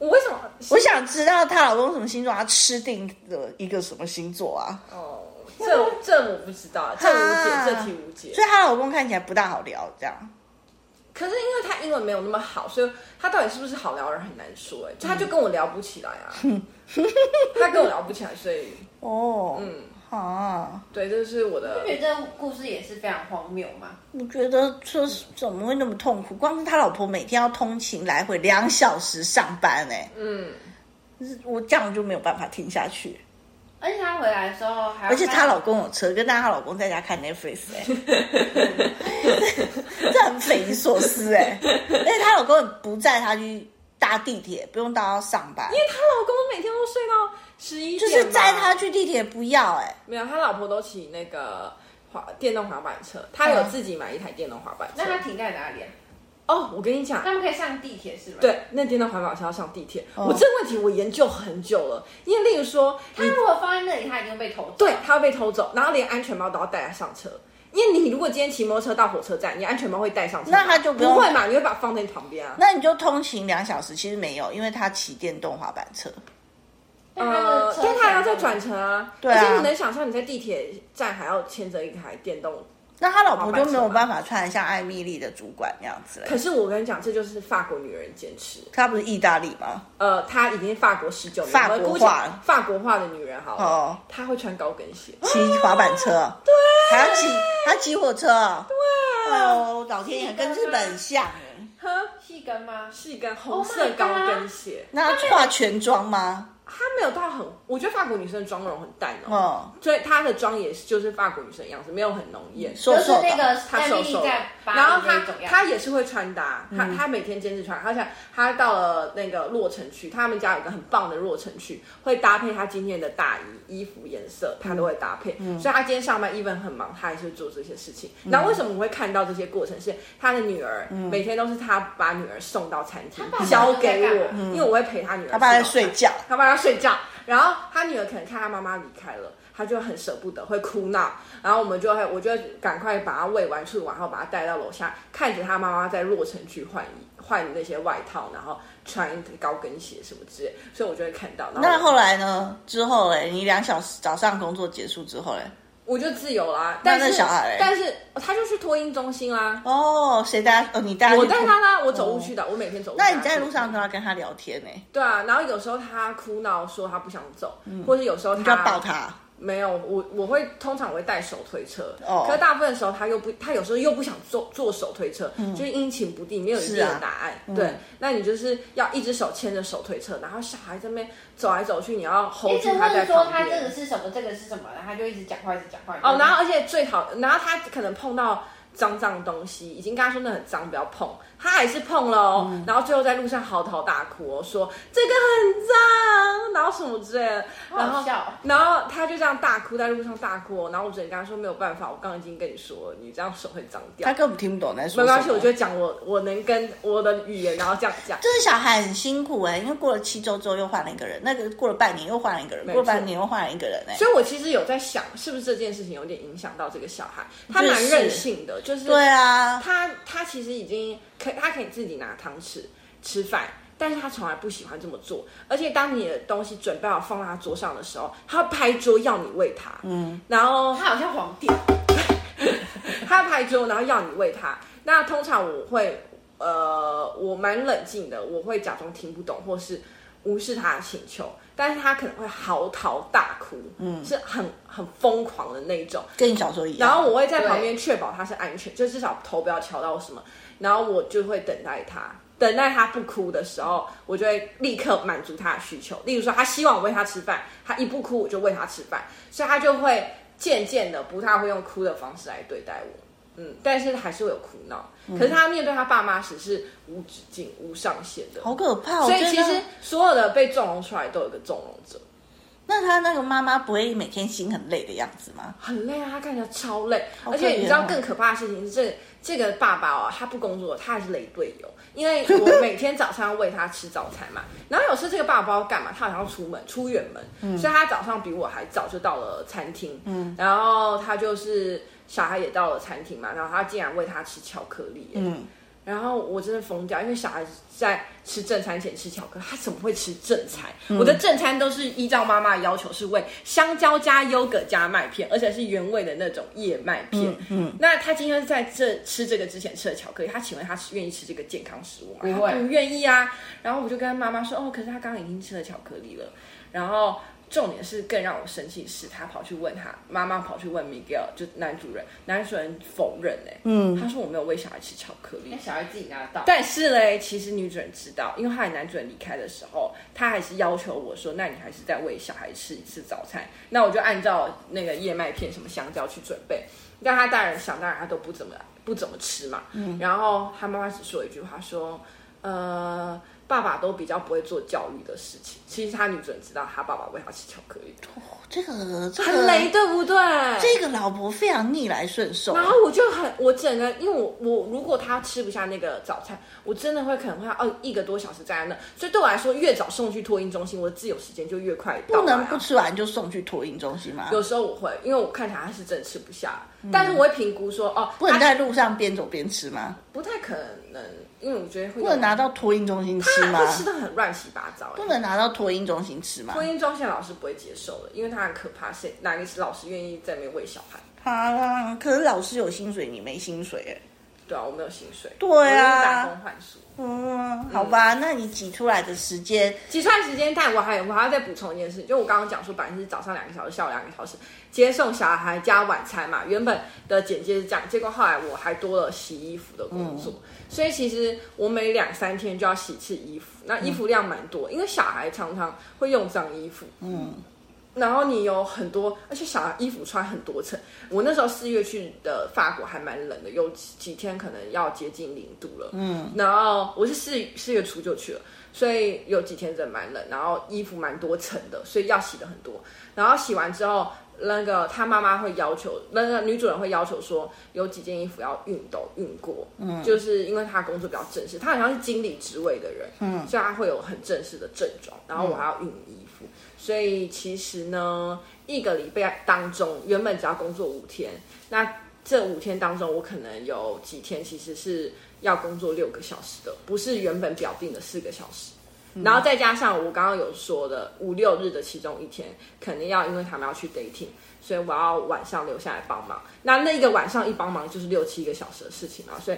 [SPEAKER 2] 我为什么？
[SPEAKER 1] 我想知道她老公什么星座，她吃定了一个什么星座啊？
[SPEAKER 2] 哦，这这我不知道，这无解，
[SPEAKER 1] 啊
[SPEAKER 2] 这题无解。
[SPEAKER 1] 所以她老公看起来不大好聊，这样。
[SPEAKER 2] 可是因为他英文没有那么好，所以他到底是不是好聊人很难说、哎，就他就跟我聊不起来 啊，他跟我聊不起来，所以
[SPEAKER 1] 哦，
[SPEAKER 2] 嗯，
[SPEAKER 1] 啊，
[SPEAKER 2] 对，这是我的
[SPEAKER 3] 我。觉得这故事也是非常荒谬嘛。
[SPEAKER 1] 我觉得这怎么会那么痛苦？光是他老婆每天要通勤来回两小时上班、欸，
[SPEAKER 2] 嗯，
[SPEAKER 1] 我这样就没有办法听下去。
[SPEAKER 3] 而且她回来的时候还要
[SPEAKER 1] 而且她老公有车，跟但她老公在家看 Netflix，哎、 这很匪夷所思哎、而且她老公也不载她去搭地铁，不用搭到上班，
[SPEAKER 2] 因为她老公每天都睡到十一
[SPEAKER 1] 就
[SPEAKER 2] 点吧，
[SPEAKER 1] 是载她去地铁不要哎、
[SPEAKER 2] 没有，他老婆都骑那个滑电动滑板车，他有自己买一台电动滑板车
[SPEAKER 3] 那。她停在哪里啊？
[SPEAKER 2] 哦，我跟你讲，
[SPEAKER 3] 他们可以上地铁是吗？，
[SPEAKER 2] 对，那电动环保车要上地铁。我这个问题我研究很久了，因为例如说，
[SPEAKER 3] 她如果放在那里，她已经被偷走。
[SPEAKER 2] 对，它会被偷走，然后连安全帽都要带来上车。因为你如果今天骑摩托车到火车站，你安全帽会带上车吗，
[SPEAKER 1] 那他就不
[SPEAKER 2] 不
[SPEAKER 1] 用
[SPEAKER 2] 会嘛？你会把它放在你旁边啊？
[SPEAKER 1] 那你就通勤两小时，其实没有，因为她骑电动滑板车。
[SPEAKER 3] 但她的车
[SPEAKER 2] 但呃他还要
[SPEAKER 3] 厢
[SPEAKER 2] 再转乘啊。
[SPEAKER 1] 对啊
[SPEAKER 2] 而且你能想象你在地铁站还要牵着一台电动？
[SPEAKER 1] 那她老婆就没有办法穿得像艾米丽的主管那样子嘞
[SPEAKER 2] 可。是我跟你讲，这就是法国女人坚持。
[SPEAKER 1] 她不是意大利吗？
[SPEAKER 2] 呃，她已经法国十九年，
[SPEAKER 1] 法国
[SPEAKER 2] 我们姑且
[SPEAKER 1] 化
[SPEAKER 2] 法国化的女人好了，
[SPEAKER 1] 哦
[SPEAKER 2] 她会穿高跟鞋。
[SPEAKER 1] 骑滑板车，哦对，还要骑，还要骑火车，对，哦，老天爷，跟日本很像哎。
[SPEAKER 3] 细跟吗？
[SPEAKER 2] 是一根
[SPEAKER 1] Oh
[SPEAKER 2] 红色高跟鞋，
[SPEAKER 1] 那她化全妆吗？
[SPEAKER 2] 她没有到很，我觉得法国女生的妆容很淡哦，
[SPEAKER 1] 哦，
[SPEAKER 2] 所以她的妆也是就是法国女生的样子，没有很浓艳，
[SPEAKER 1] 瘦
[SPEAKER 3] 就是
[SPEAKER 1] 瘦
[SPEAKER 3] 那
[SPEAKER 1] 的，
[SPEAKER 3] 个
[SPEAKER 2] 她
[SPEAKER 3] 艾
[SPEAKER 2] 瘦
[SPEAKER 3] 米丽
[SPEAKER 2] 瘦的
[SPEAKER 3] 在，巴黎
[SPEAKER 2] 然后
[SPEAKER 3] 那
[SPEAKER 2] 她
[SPEAKER 3] 种样子
[SPEAKER 2] 她也是会穿搭，她
[SPEAKER 1] 嗯
[SPEAKER 2] 她每天坚持穿，而且她到了那个洛城区，他们家有一个很棒的洛城区，会搭配她今天的大衣、衣服颜色，她都会搭配，
[SPEAKER 1] 嗯
[SPEAKER 2] 所以她今天上班 even 很忙，她还是会做这些事情。那为什么我会看到这些过程？是她的女儿
[SPEAKER 1] 嗯
[SPEAKER 2] 每天都是她把女儿送到餐厅
[SPEAKER 3] 她爸，爸
[SPEAKER 2] 交
[SPEAKER 3] 在
[SPEAKER 2] 给
[SPEAKER 3] 干嘛
[SPEAKER 2] 我，因为我会陪她女儿吃
[SPEAKER 1] 嗯她
[SPEAKER 2] 早餐。
[SPEAKER 1] 爸在睡觉，
[SPEAKER 2] 他帮他睡觉，然后他女儿可能看他妈妈离开了，他就很舍不得，会哭闹，然后我们就会，我就会赶快把他喂完睡完，然后把他带到楼下，看着他妈妈在落城去换衣换那些外套，然后穿高跟鞋什么之类，所以我就会看到。然
[SPEAKER 1] 那
[SPEAKER 2] 后
[SPEAKER 1] 后来呢？之后嘞，你两小时早上工作结束之后嘞，
[SPEAKER 2] 我我就自由啦，
[SPEAKER 1] 那
[SPEAKER 2] 但
[SPEAKER 1] 那
[SPEAKER 2] 是
[SPEAKER 1] 小孩嘞
[SPEAKER 2] 但是他就去托婴中心啦，
[SPEAKER 1] 哦，谁带她？哦，你带她去
[SPEAKER 2] 我带他啦，我走路去的，我每天走路去
[SPEAKER 1] 那
[SPEAKER 2] 的。
[SPEAKER 1] 你在路上都要跟她聊天呢，
[SPEAKER 2] 对啊，然后有时候他哭闹说他不想走，或者有时候
[SPEAKER 1] 嗯你就
[SPEAKER 2] 他
[SPEAKER 1] 要抱她。
[SPEAKER 2] 没有，我我会通常我会带手推车，
[SPEAKER 1] 哦
[SPEAKER 2] 可是大部分的时候他又不，他有时候又不想坐坐手推车，就是阴晴不定，没有一
[SPEAKER 1] 嗯
[SPEAKER 2] 定
[SPEAKER 1] 是啊
[SPEAKER 2] 的答案。对，那你就是要一只手牵着手推车，然后小孩这边走来走去，你要 hold
[SPEAKER 3] 一
[SPEAKER 2] 住
[SPEAKER 3] 直
[SPEAKER 2] 他在
[SPEAKER 3] 问说
[SPEAKER 2] 旁
[SPEAKER 3] 她这个
[SPEAKER 2] 边。哦
[SPEAKER 1] 嗯
[SPEAKER 3] 是什么，这个是什么，然后她就一直讲话，一直讲话。
[SPEAKER 2] 哦，然后而且最好，然后他可能碰到脏脏东西，已经跟他说那很脏，不要碰，他还是碰了哦。
[SPEAKER 1] 嗯
[SPEAKER 2] 然后最后在路上嚎啕大哭、哦，说这个很脏，然后什么之类的。然
[SPEAKER 3] 好
[SPEAKER 2] 后
[SPEAKER 3] 笑哦
[SPEAKER 2] 然后他就这样大哭，在路上大哭、哦。然后我只能跟他说没有办法，我刚刚已经跟你说了，你这样手会脏掉
[SPEAKER 1] 他。根本听不懂在说什么。嗯
[SPEAKER 2] 没关系，我就讲我我能跟我的语言，然后这样讲。
[SPEAKER 1] 就是小孩很辛苦哎、因为过了七周之后又换了一个人，那个过了半年又换了一个人，
[SPEAKER 2] 没
[SPEAKER 1] 过
[SPEAKER 2] 错
[SPEAKER 1] 了半年又换了一个人哎、
[SPEAKER 2] 所以我其实有在想，是不是这件事情有点影响到这个小孩？他
[SPEAKER 1] 就是
[SPEAKER 2] 蛮任性的，就是
[SPEAKER 1] 对啊，
[SPEAKER 2] 他他其实已经可他可以自己拿汤匙吃饭，但是他从来不喜欢这么做。而且当你的东西准备好放到他桌上的时候，他拍桌要你喂他，嗯，然后
[SPEAKER 3] 他好像皇帝，
[SPEAKER 2] 他拍桌，然后要你喂他。那通常我会，呃，我蛮冷静的，我会假装听不懂，或是无视他的请求。但是他可能会嚎啕大哭，嗯，是很很疯狂的那一种。
[SPEAKER 1] 跟你小时候一样。
[SPEAKER 2] 然后我会在旁边确保他是安全，就至少头不要敲到什么。然后我就会等待他，等待他不哭的时候，我就会立刻满足他的需求。例如说，他希望我喂他吃饭，他一不哭我就喂他吃饭，所以他就会渐渐的不太会用哭的方式来对待我。嗯，但是还是会有哭闹。
[SPEAKER 1] 嗯
[SPEAKER 2] 可是他面对他爸妈时是无止境、无上限的。
[SPEAKER 1] 好可怕，哦
[SPEAKER 2] 所以
[SPEAKER 1] 我觉得
[SPEAKER 2] 其实所有的被纵容出来都有一个纵容者。
[SPEAKER 1] 那他那个妈妈不会每天心很累的样子吗？
[SPEAKER 2] 很累啊，他看起来超累，
[SPEAKER 1] 好可
[SPEAKER 2] 而
[SPEAKER 1] 怜哦
[SPEAKER 2] 且你知道更可怕的事情是这这个爸爸哦，他不工作，他还是累队友，因为我每天早上要喂他吃早餐嘛，然后有时候这个爸爸不知道干嘛，他好像要出门出远门，
[SPEAKER 1] 嗯
[SPEAKER 2] 所以他早上比我还早就到了餐厅，嗯，然后他就是小孩也到了餐厅嘛，然后他竟然喂他吃巧克力、嗯。
[SPEAKER 1] 嗯，
[SPEAKER 2] 然后我真的疯掉，因为小孩在吃正餐前吃巧克力，他怎么会吃正餐？我的正餐都是依照妈妈的要求，是喂香蕉加优格加麦片，而且是原味的那种燕麦片。嗯，那他今天在这吃这个之前吃的巧克力，他请问他是愿意吃这个健康食物吗？
[SPEAKER 3] 不会
[SPEAKER 2] 他不愿意啊。然后我就跟妈妈说，哦，可是他刚刚已经吃了巧克力了。然后重点是更让我生气的是，他跑去问他妈妈，跑去问 Miguel，就男主人，男主人否认哎、嗯，他说我没有喂小孩吃巧克力
[SPEAKER 3] 那。小孩自己拿得到。
[SPEAKER 2] 但是嘞，其实女主人知道，因为后来男主人离开的时候，他还是要求我说，那你还是再喂小孩吃一次早餐。那我就按照那个燕麦片、什么香蕉去准备。但他大人想当然他都不怎么不怎么吃嘛。然后他妈妈只说一句话说，呃，爸爸都比较不会做教育的事情。其实他女主人知道，他爸爸喂他吃巧克力，
[SPEAKER 1] 哦这个这
[SPEAKER 2] 很雷，
[SPEAKER 1] 个
[SPEAKER 2] 对不对？
[SPEAKER 1] 这个老婆非常逆来顺受
[SPEAKER 2] 然。后我就很，我整个，因为我我如果他吃不下那个早餐，我真的会可能会哦一个多小时站在那，所以对我来说，越早送去托婴中心，我的自由时间就越快到、啊。
[SPEAKER 1] 不能不吃完就送去托运中心吗？
[SPEAKER 2] 哦有时候我会，因为我看起来他是真的吃不下，嗯但是我会评估说，哦，
[SPEAKER 1] 不能
[SPEAKER 2] 他
[SPEAKER 1] 在路上边走边吃吗？
[SPEAKER 2] 不太可能，因为我觉得会
[SPEAKER 1] 不
[SPEAKER 2] 有
[SPEAKER 1] 能拿到托运中心吃
[SPEAKER 2] 他
[SPEAKER 1] 吗
[SPEAKER 2] 会？吃的很乱七八糟、
[SPEAKER 1] 不
[SPEAKER 2] 欸。
[SPEAKER 1] 能拿到托运中心吃吗
[SPEAKER 2] 托？婴中心的老师不会接受的，因为他很可怕，谁哪个老师愿意在那边喂小孩？
[SPEAKER 1] 啊，可是老师有薪水，你没薪水哎、
[SPEAKER 2] 对啊，我没有薪水，
[SPEAKER 1] 对
[SPEAKER 2] 我就是
[SPEAKER 1] 啊
[SPEAKER 2] 打工换宿。
[SPEAKER 1] 嗯，好吧，那你挤出来的时间，
[SPEAKER 2] 计算时间，但我还我还要再补充一件事，就我刚刚讲说，本来是早上两个小时，下午两个小时，接送小孩加晚餐嘛。原本的简介是这样，结果后来我还多了洗衣服的工作，所以其实我每两三天就要洗一次衣服，那衣服量蛮多，因为小孩常常会用脏衣服，
[SPEAKER 1] 嗯，
[SPEAKER 2] 然后你有很多，而且小孩衣服穿很多层。我那时候四月去的法国还蛮冷的，有几几天可能要接近零度了。嗯，然后我是四四月初就去了，所以有几天真的蛮冷，然后衣服蛮多层的，所以要洗的很多。然后洗完之后，那个他妈妈会要求，那个女主人会要求说，有几件衣服要熨斗熨过，嗯，就是因为她工作比较正式，她好像是经理职位的人，嗯，所以她会有很正式的正装，然后我还要熨衣服，所以其实呢，一个礼拜当中，原本只要工作五天，那这五天当中，我可能有几天其实是要工作六个小时的，不是原本表定的四个小时。然后再加上我刚刚有说的五六日的其中一天，肯定要因为他们要去 dating，所以我要晚上留下来帮忙。那那一个晚上一帮忙就是六七个小时的事情啊，所以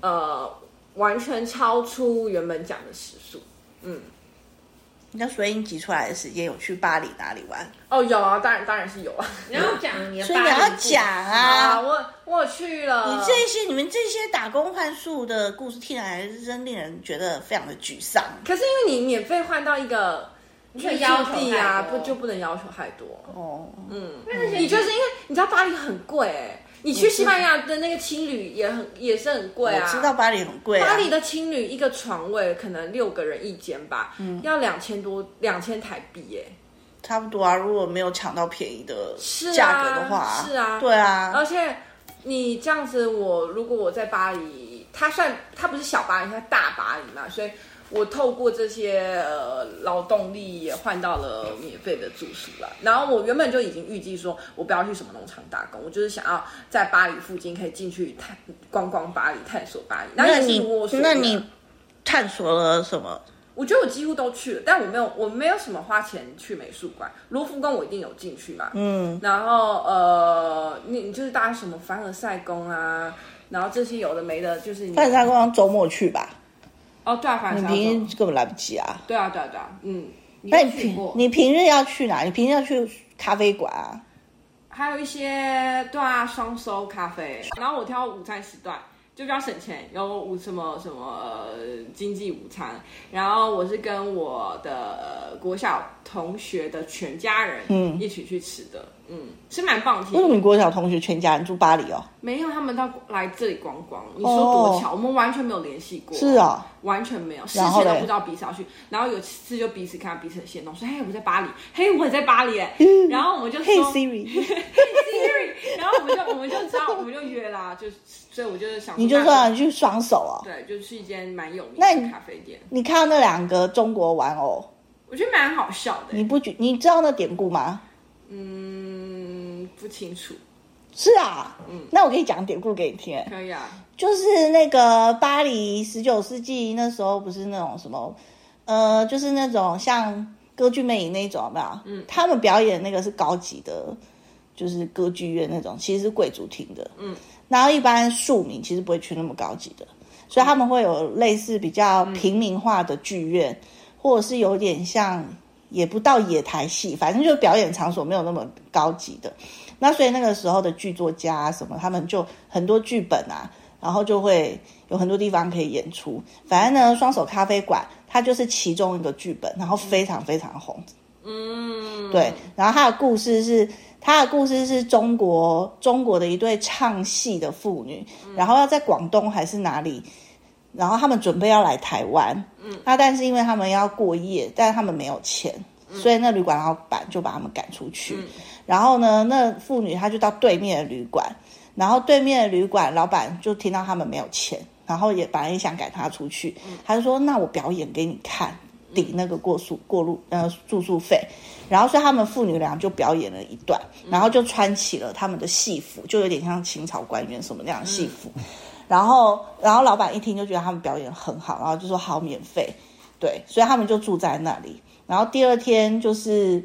[SPEAKER 2] 呃，完全超出原本讲的时数。
[SPEAKER 1] 那所以你挤出来的时间有去巴黎哪里玩？
[SPEAKER 2] 哦，有啊，当然当然是有啊。
[SPEAKER 3] 你要讲你的
[SPEAKER 1] 所以
[SPEAKER 3] 八
[SPEAKER 1] 你要
[SPEAKER 3] 零步
[SPEAKER 1] 讲
[SPEAKER 2] 啊，
[SPEAKER 1] 啊，
[SPEAKER 2] 我我去了。
[SPEAKER 1] 你这些你们这些打工换宿的故事，听来还是真令人觉得非常的沮丧。
[SPEAKER 2] 可是因为你免费换到一个
[SPEAKER 3] 你
[SPEAKER 2] 所
[SPEAKER 3] 可
[SPEAKER 2] 以
[SPEAKER 3] 以要
[SPEAKER 2] 住
[SPEAKER 3] 求
[SPEAKER 2] 地啊，
[SPEAKER 3] 太
[SPEAKER 2] 不
[SPEAKER 3] 多
[SPEAKER 2] 就不能要求太多。
[SPEAKER 1] 哦，
[SPEAKER 2] 嗯，
[SPEAKER 3] 因为那些
[SPEAKER 2] 你就是因为你知道巴黎很贵哎、你去西班牙的那个青旅也很也是很贵啊。
[SPEAKER 1] 我知道巴黎很贵、啊，
[SPEAKER 2] 巴黎的青旅一个床位可能六个人一间吧，
[SPEAKER 1] 嗯
[SPEAKER 2] 要两千多两千台币欸耶、
[SPEAKER 1] 差不多啊，如果没有抢到便宜的
[SPEAKER 2] 是啊
[SPEAKER 1] 价格的话，
[SPEAKER 2] 是啊
[SPEAKER 1] 对啊，
[SPEAKER 2] 而且你这样子我，如果我在巴黎，它算它不是小巴黎，它大巴黎嘛，所以我透过这些呃劳动力也换到了免费的住宿了。然后我原本就已经预计说，我不要去什么农场打工，我就是想要在巴黎附近可以进去探观光巴黎，探索巴黎。然后
[SPEAKER 1] 那
[SPEAKER 2] 也
[SPEAKER 1] 你
[SPEAKER 2] 是如我所
[SPEAKER 1] 那
[SPEAKER 2] 愿
[SPEAKER 1] 你探索了什么？
[SPEAKER 2] 我觉得我几乎都去了，但我没有，我没有什么花钱去美术馆。罗浮宫我一定有进去嘛，嗯，然后呃，你你就是搭什么凡尔赛宫啊，然后这些有的没的，就是你
[SPEAKER 1] 但是他刚刚周末去吧，
[SPEAKER 2] 哦，对啊，凡尔
[SPEAKER 1] 你
[SPEAKER 2] 赛
[SPEAKER 1] 平
[SPEAKER 2] 宫，
[SPEAKER 1] 日根本来不及啊。
[SPEAKER 2] 对啊，对啊，对啊，嗯，
[SPEAKER 1] 那你
[SPEAKER 3] 去
[SPEAKER 1] 平
[SPEAKER 3] 过
[SPEAKER 1] 你平日要去哪？你平日要去咖啡馆啊？
[SPEAKER 2] 还有一些对啊，双收咖啡，然后我挑午餐时段。就比较省钱，有午什么什么、呃、经济午餐，然后我是跟我的、呃国小同学的全家人
[SPEAKER 1] 嗯
[SPEAKER 2] 一起去吃的，嗯，是蛮棒的
[SPEAKER 1] 为
[SPEAKER 2] 体验
[SPEAKER 1] 什。么你国小同学全家人住巴黎哦？
[SPEAKER 2] 没有，他们到来这里观光。你说多巧，我们完全没有联系过，
[SPEAKER 1] 是啊，
[SPEAKER 2] 完全没有，事
[SPEAKER 1] 然后
[SPEAKER 2] 前都
[SPEAKER 1] 嘞
[SPEAKER 2] 不知道彼此要去。然后有一次就彼此看到彼此的行动，说：“嘿，我在巴黎，嘿，我也在巴黎。”哎，然后我们就
[SPEAKER 1] 嘿
[SPEAKER 2] 说
[SPEAKER 1] 嗯 Siri，
[SPEAKER 2] Siri，然后我们就我们就知道，我们就约啦，就是所以我就是想，
[SPEAKER 1] 你就说你去双手哦。
[SPEAKER 2] 对，就去一间蛮有名
[SPEAKER 1] 那你
[SPEAKER 2] 的咖啡店，
[SPEAKER 1] 你看到那两个中国玩偶，
[SPEAKER 2] 我觉得蛮好笑的。
[SPEAKER 1] 你不觉你知道那典故吗？
[SPEAKER 2] 嗯，不清楚，
[SPEAKER 1] 是啊，那我可以讲典故给你听。
[SPEAKER 2] 嗯可以啊，
[SPEAKER 1] 就是那个巴黎十九世纪那时候不是那种什么，呃，就是那种像歌剧魅影那种，有没有？嗯，他们表演那个是高级的，就是歌剧院那种，其实是贵族厅的。嗯，然后一般庶民其实不会去那么高级的，所以他们会有类似比较平民化的剧院，或者是有点像。也不到野台戏，反正就是表演场所没有那么高级的。那所以那个时候的剧作家、啊、什么，他们就很多剧本啊，然后就会有很多地方可以演出。反正呢，双手咖啡馆它就是其中一个剧本，然后非常非常红。
[SPEAKER 2] 嗯，
[SPEAKER 1] 对，然后它的故事是。它的故事是中国中国的一对唱戏的妇女，然后要在广东还是哪里，然后他们准备要来台湾，嗯，那但是因为他们要过夜，但是他们没有钱，所以那旅馆老板就把他们赶出去。然后呢，那妇女她就到对面的旅馆，然后对面的旅馆老板就听到他们没有钱，然后也本来也想赶她出去，他就说：“那我表演给你看，抵那个过宿过路呃住宿费。”然后所以他们父女俩就表演了一段，然后就穿起了他们的戏服，就有点像清朝官员什么那样的戏服。然后，然后老板一听就觉得他们表演很好，然后就说好免费，对，所以他们就住在那里。然后第二天就是，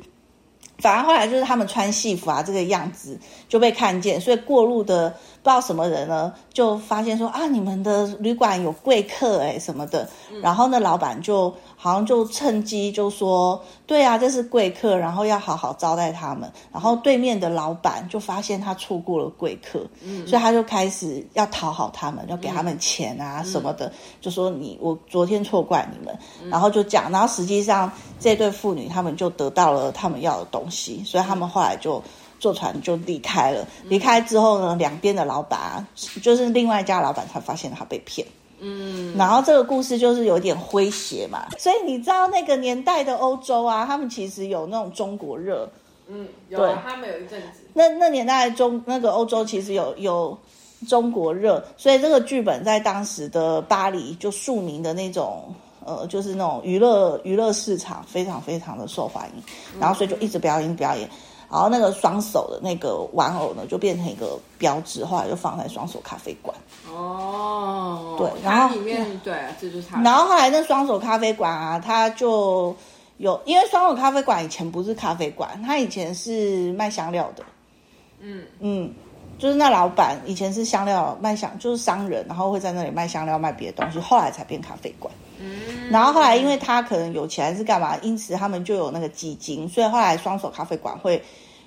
[SPEAKER 1] 反正后来就是他们穿戏服啊这个样子就被看见，所以过路的不知道什么人呢，就发现说啊，你们的旅馆有贵客哎、什么的。然后呢，老板就好像就趁机就说，对啊，这是贵客，然后要好好招待他们。然后对面的老板就发现他错过了贵客，所以他就开始要讨好他们，要给他们钱啊什么的，就说你我昨天错怪你们，然后就讲，然后实际上这对父女他们就得到了他们要的东西，所以他们后来就。坐船就离开了。离开之后呢，两边的老板啊就是另外一家老板，才发现他被骗。嗯，然后这个故事就是有点诙谐嘛，所以你知道那个年代的欧洲啊，他们其实有那种中国热。
[SPEAKER 2] 嗯，有啊，他们有一阵子，
[SPEAKER 1] 那那年代中那个欧洲其实有有中国热，所以这个剧本在当时的巴黎就庶民的那种。呃，就是那种娱乐娱乐市场非常非常的受欢迎，然后所以就一直表演表演，然后那个双手的那个玩偶呢，就变成一个标志，后来就放在双手咖啡馆。
[SPEAKER 2] 哦，
[SPEAKER 1] 对然
[SPEAKER 2] 它
[SPEAKER 1] 后
[SPEAKER 2] 里面对，这就是它的，
[SPEAKER 1] 然后后来那双手咖啡馆啊，它就有，因为双手咖啡馆以前不是咖啡馆，它以前是卖香料的。
[SPEAKER 2] 嗯
[SPEAKER 1] 嗯，就是那老板以前是香料卖香，就是商人，然后会在那里卖香料卖别的东西，后来才变咖啡馆。
[SPEAKER 2] 嗯，
[SPEAKER 1] 然后后来因为他可能有钱还是干嘛，因此他们就有那个基金，所以后来双手咖啡馆会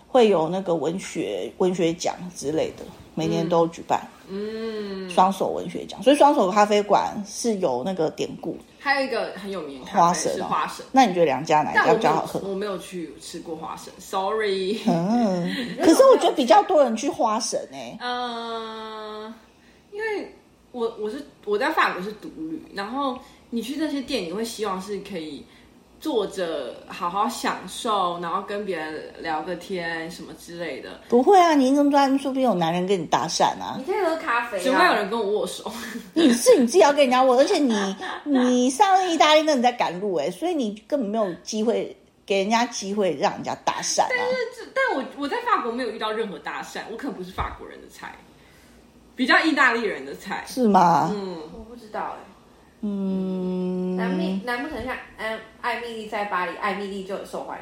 [SPEAKER 1] 会有那个文学文学奖之类的，每年都举办
[SPEAKER 2] 嗯，
[SPEAKER 1] 双手文学奖，所以双手咖啡馆是有那个典故。
[SPEAKER 2] 还有一个很有名的咖啡
[SPEAKER 1] 花神
[SPEAKER 2] 是
[SPEAKER 1] 哦
[SPEAKER 2] 花神，
[SPEAKER 1] 那你觉得两家哪一
[SPEAKER 2] 但
[SPEAKER 1] 家
[SPEAKER 2] 我
[SPEAKER 1] 比
[SPEAKER 2] 没
[SPEAKER 1] 较好
[SPEAKER 2] 有
[SPEAKER 1] 喝？
[SPEAKER 2] 我没有去吃过花神，sorry。
[SPEAKER 1] 嗯，可是我觉得比较多人去花神哎、
[SPEAKER 2] 嗯呃，因为我我是我在法国是独旅，然后你去那些店，你会希望是可以坐着好好享受，然后跟别人聊个天什么之类的，
[SPEAKER 1] 不会啊，你一跟专说不定有男人跟你搭讪啊
[SPEAKER 3] 你。可以喝咖啡、啊，
[SPEAKER 2] 只会有人跟我握手。
[SPEAKER 1] 你是你自己要跟人家握，而且你 你上了意大利那你在赶路哎、所以你根本没有机会给人家机会让人家搭讪啊。
[SPEAKER 2] 这但我我在法国没有遇到任何搭讪，我可能不是法国人的菜，比较意大利人的菜。
[SPEAKER 1] 是吗？
[SPEAKER 2] 嗯，
[SPEAKER 3] 我不知道哎、难
[SPEAKER 1] 嗯
[SPEAKER 3] 不难不成像嗯艾米丽在巴黎，艾米丽就很受欢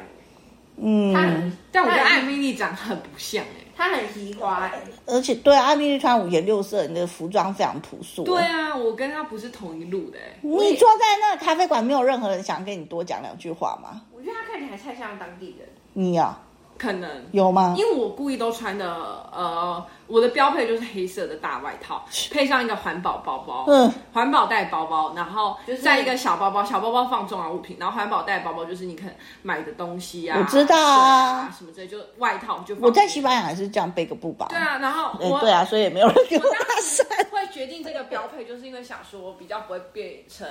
[SPEAKER 3] 迎？她很
[SPEAKER 1] 嗯，，
[SPEAKER 2] 但我跟
[SPEAKER 3] 她很
[SPEAKER 2] 艾米丽长得很不像哎、
[SPEAKER 3] 她很奇花、欸，
[SPEAKER 1] 而且对啊，艾米丽穿五颜六色，你的服装非常朴素。
[SPEAKER 2] 对啊，我跟她不是同一路的哎、
[SPEAKER 1] 你坐在那个咖啡馆，没有任何人想跟你多讲两句话吗？
[SPEAKER 3] 我觉得她看起来太像当地人。
[SPEAKER 1] 你啊，
[SPEAKER 2] 可能
[SPEAKER 1] 有吗？
[SPEAKER 2] 因为我故意都穿的，呃，我的标配就是黑色的大外套，配上一个环保包包，
[SPEAKER 1] 嗯，
[SPEAKER 2] 环保袋包包，然后
[SPEAKER 3] 就是
[SPEAKER 2] 再一个小包包，小包包放重要物品，然后环保袋包包就是你可能买的东西啊，
[SPEAKER 1] 我知道啊
[SPEAKER 2] 水啊，什么之类，就外套就放
[SPEAKER 1] 我在西班牙还是这样背个布吧。
[SPEAKER 2] 对啊，然后
[SPEAKER 1] 哎
[SPEAKER 2] 我、
[SPEAKER 1] 对啊，所以也没有人跟我
[SPEAKER 2] 我
[SPEAKER 1] 搭
[SPEAKER 2] 当时
[SPEAKER 1] 讪。
[SPEAKER 2] 会决定这个标配，就是因为想说比较不会变成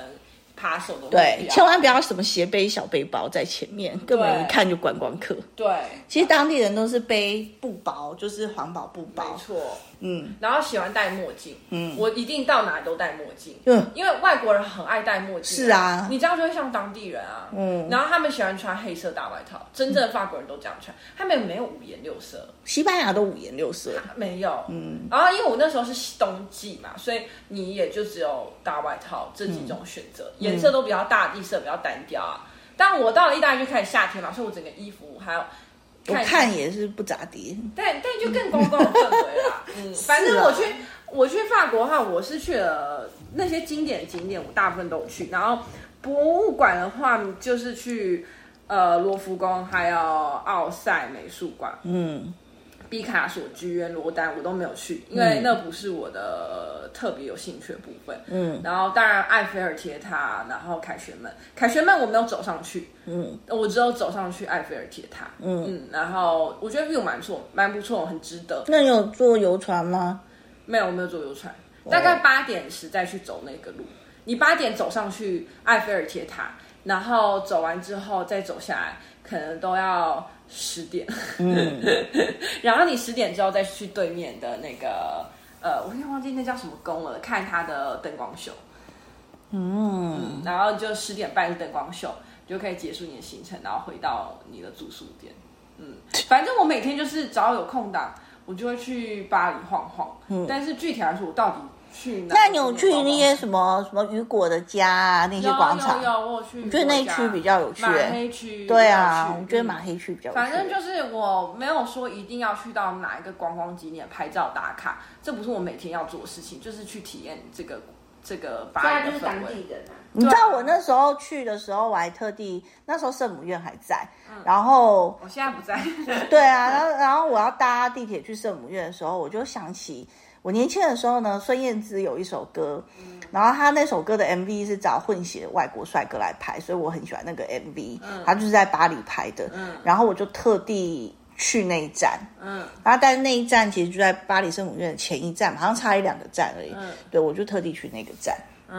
[SPEAKER 2] 扒手的啊目标
[SPEAKER 1] 对，千万不要什么斜背小背包在前面，根本一看就观光客。
[SPEAKER 2] 对，
[SPEAKER 1] 其实当地人都是背布包，就是环保布
[SPEAKER 2] 没
[SPEAKER 1] 包。
[SPEAKER 2] 错。
[SPEAKER 1] 嗯，
[SPEAKER 2] 然后喜欢戴墨镜，
[SPEAKER 1] 嗯
[SPEAKER 2] 我一定到哪都戴墨镜，
[SPEAKER 1] 嗯
[SPEAKER 2] 因为外国人很爱戴墨镜，
[SPEAKER 1] 是啊
[SPEAKER 2] 你这样就会像当地人啊，
[SPEAKER 1] 嗯
[SPEAKER 2] 然后他们喜欢穿黑色大外套，真正的法国人都这样穿，他们没有五颜六色，
[SPEAKER 1] 西班牙都五颜六色。
[SPEAKER 2] 没有，嗯，然后因为我那时候是冬季嘛，所以你也就只有大外套这几种选择，
[SPEAKER 1] 嗯
[SPEAKER 2] 颜色都比较大地色，比较单调啊，但我到了意大利就开始夏天嘛，所以我整个衣服还有。
[SPEAKER 1] 我看也是不咋地，
[SPEAKER 2] 但但就更公共的氛围啦。嗯，
[SPEAKER 1] 啊
[SPEAKER 2] 反正我去我去法国的话，我是去了那些经典景点，我大部分都有去。然后博物馆的话，就是去呃罗浮宫，还有奥赛美术馆、
[SPEAKER 1] 嗯，
[SPEAKER 2] 毕卡索剧院、罗丹，我都没有去，因为那不是我的特别有兴趣的部分。
[SPEAKER 1] 嗯
[SPEAKER 2] 然后当然埃菲尔铁塔，然后凯旋门，凯旋门我没有走上去，
[SPEAKER 1] 嗯，
[SPEAKER 2] 我只有走上去埃菲尔铁塔，嗯然后我觉得 view 蛮错，蛮不错，很值得。
[SPEAKER 1] 那你有坐游船吗？
[SPEAKER 2] 没有，我没有坐游船，大概八点时再去走那个路。你八点走上去埃菲尔铁塔，然后走完之后再走下来，可能都要十点。
[SPEAKER 1] 嗯
[SPEAKER 2] 然后你十点之后再去对面的那个呃，我有点忘记那叫什么宫了，看它的灯光秀。
[SPEAKER 1] 嗯，
[SPEAKER 2] 然后就十点半是灯光秀，你就可以结束你的行程，然后回到你的住宿点。嗯，反正我每天就是只要有空档，我就会去巴黎晃晃。嗯，但是具体来说，我到底去哪？
[SPEAKER 1] 那你有去那些
[SPEAKER 2] 些
[SPEAKER 1] 什么什么雨果的家啊那些广场？
[SPEAKER 2] 有有有，我有去。你
[SPEAKER 1] 觉得那一区比较有趣
[SPEAKER 2] 马
[SPEAKER 1] 欸
[SPEAKER 2] 黑区
[SPEAKER 1] 对
[SPEAKER 2] 我有
[SPEAKER 1] 啊，
[SPEAKER 2] 去
[SPEAKER 1] 我觉得马黑区比较有趣。
[SPEAKER 2] 反正就是我没有说一定要去到哪一个观光景点拍照打卡，这不是我每天要做的事情，就是去体验这个这个巴
[SPEAKER 3] 她
[SPEAKER 2] 黎
[SPEAKER 3] 就
[SPEAKER 2] 的
[SPEAKER 3] 是
[SPEAKER 2] 氛
[SPEAKER 3] 当
[SPEAKER 2] 围。
[SPEAKER 3] 地人啊，
[SPEAKER 1] 你知道我那时候去的时候，我还特地那时候圣母院还在，然后
[SPEAKER 2] 我现在不在。
[SPEAKER 1] 对啊，然后然后我要搭地铁去圣母院的时候，我就想起我年轻的时候呢，孙燕姿有一首歌，
[SPEAKER 2] 嗯
[SPEAKER 1] 然后她那首歌的 MV 是找混血外国帅哥来拍，所以我很喜欢那个 MV，她
[SPEAKER 2] 嗯
[SPEAKER 1] 就是在巴黎拍的，然后我就特地去那一站，
[SPEAKER 2] 嗯，
[SPEAKER 1] 然后但是那一站其实就在巴黎圣母院的前一站，好像差一两个站而已，
[SPEAKER 2] 嗯
[SPEAKER 1] 对我就特地去那个站，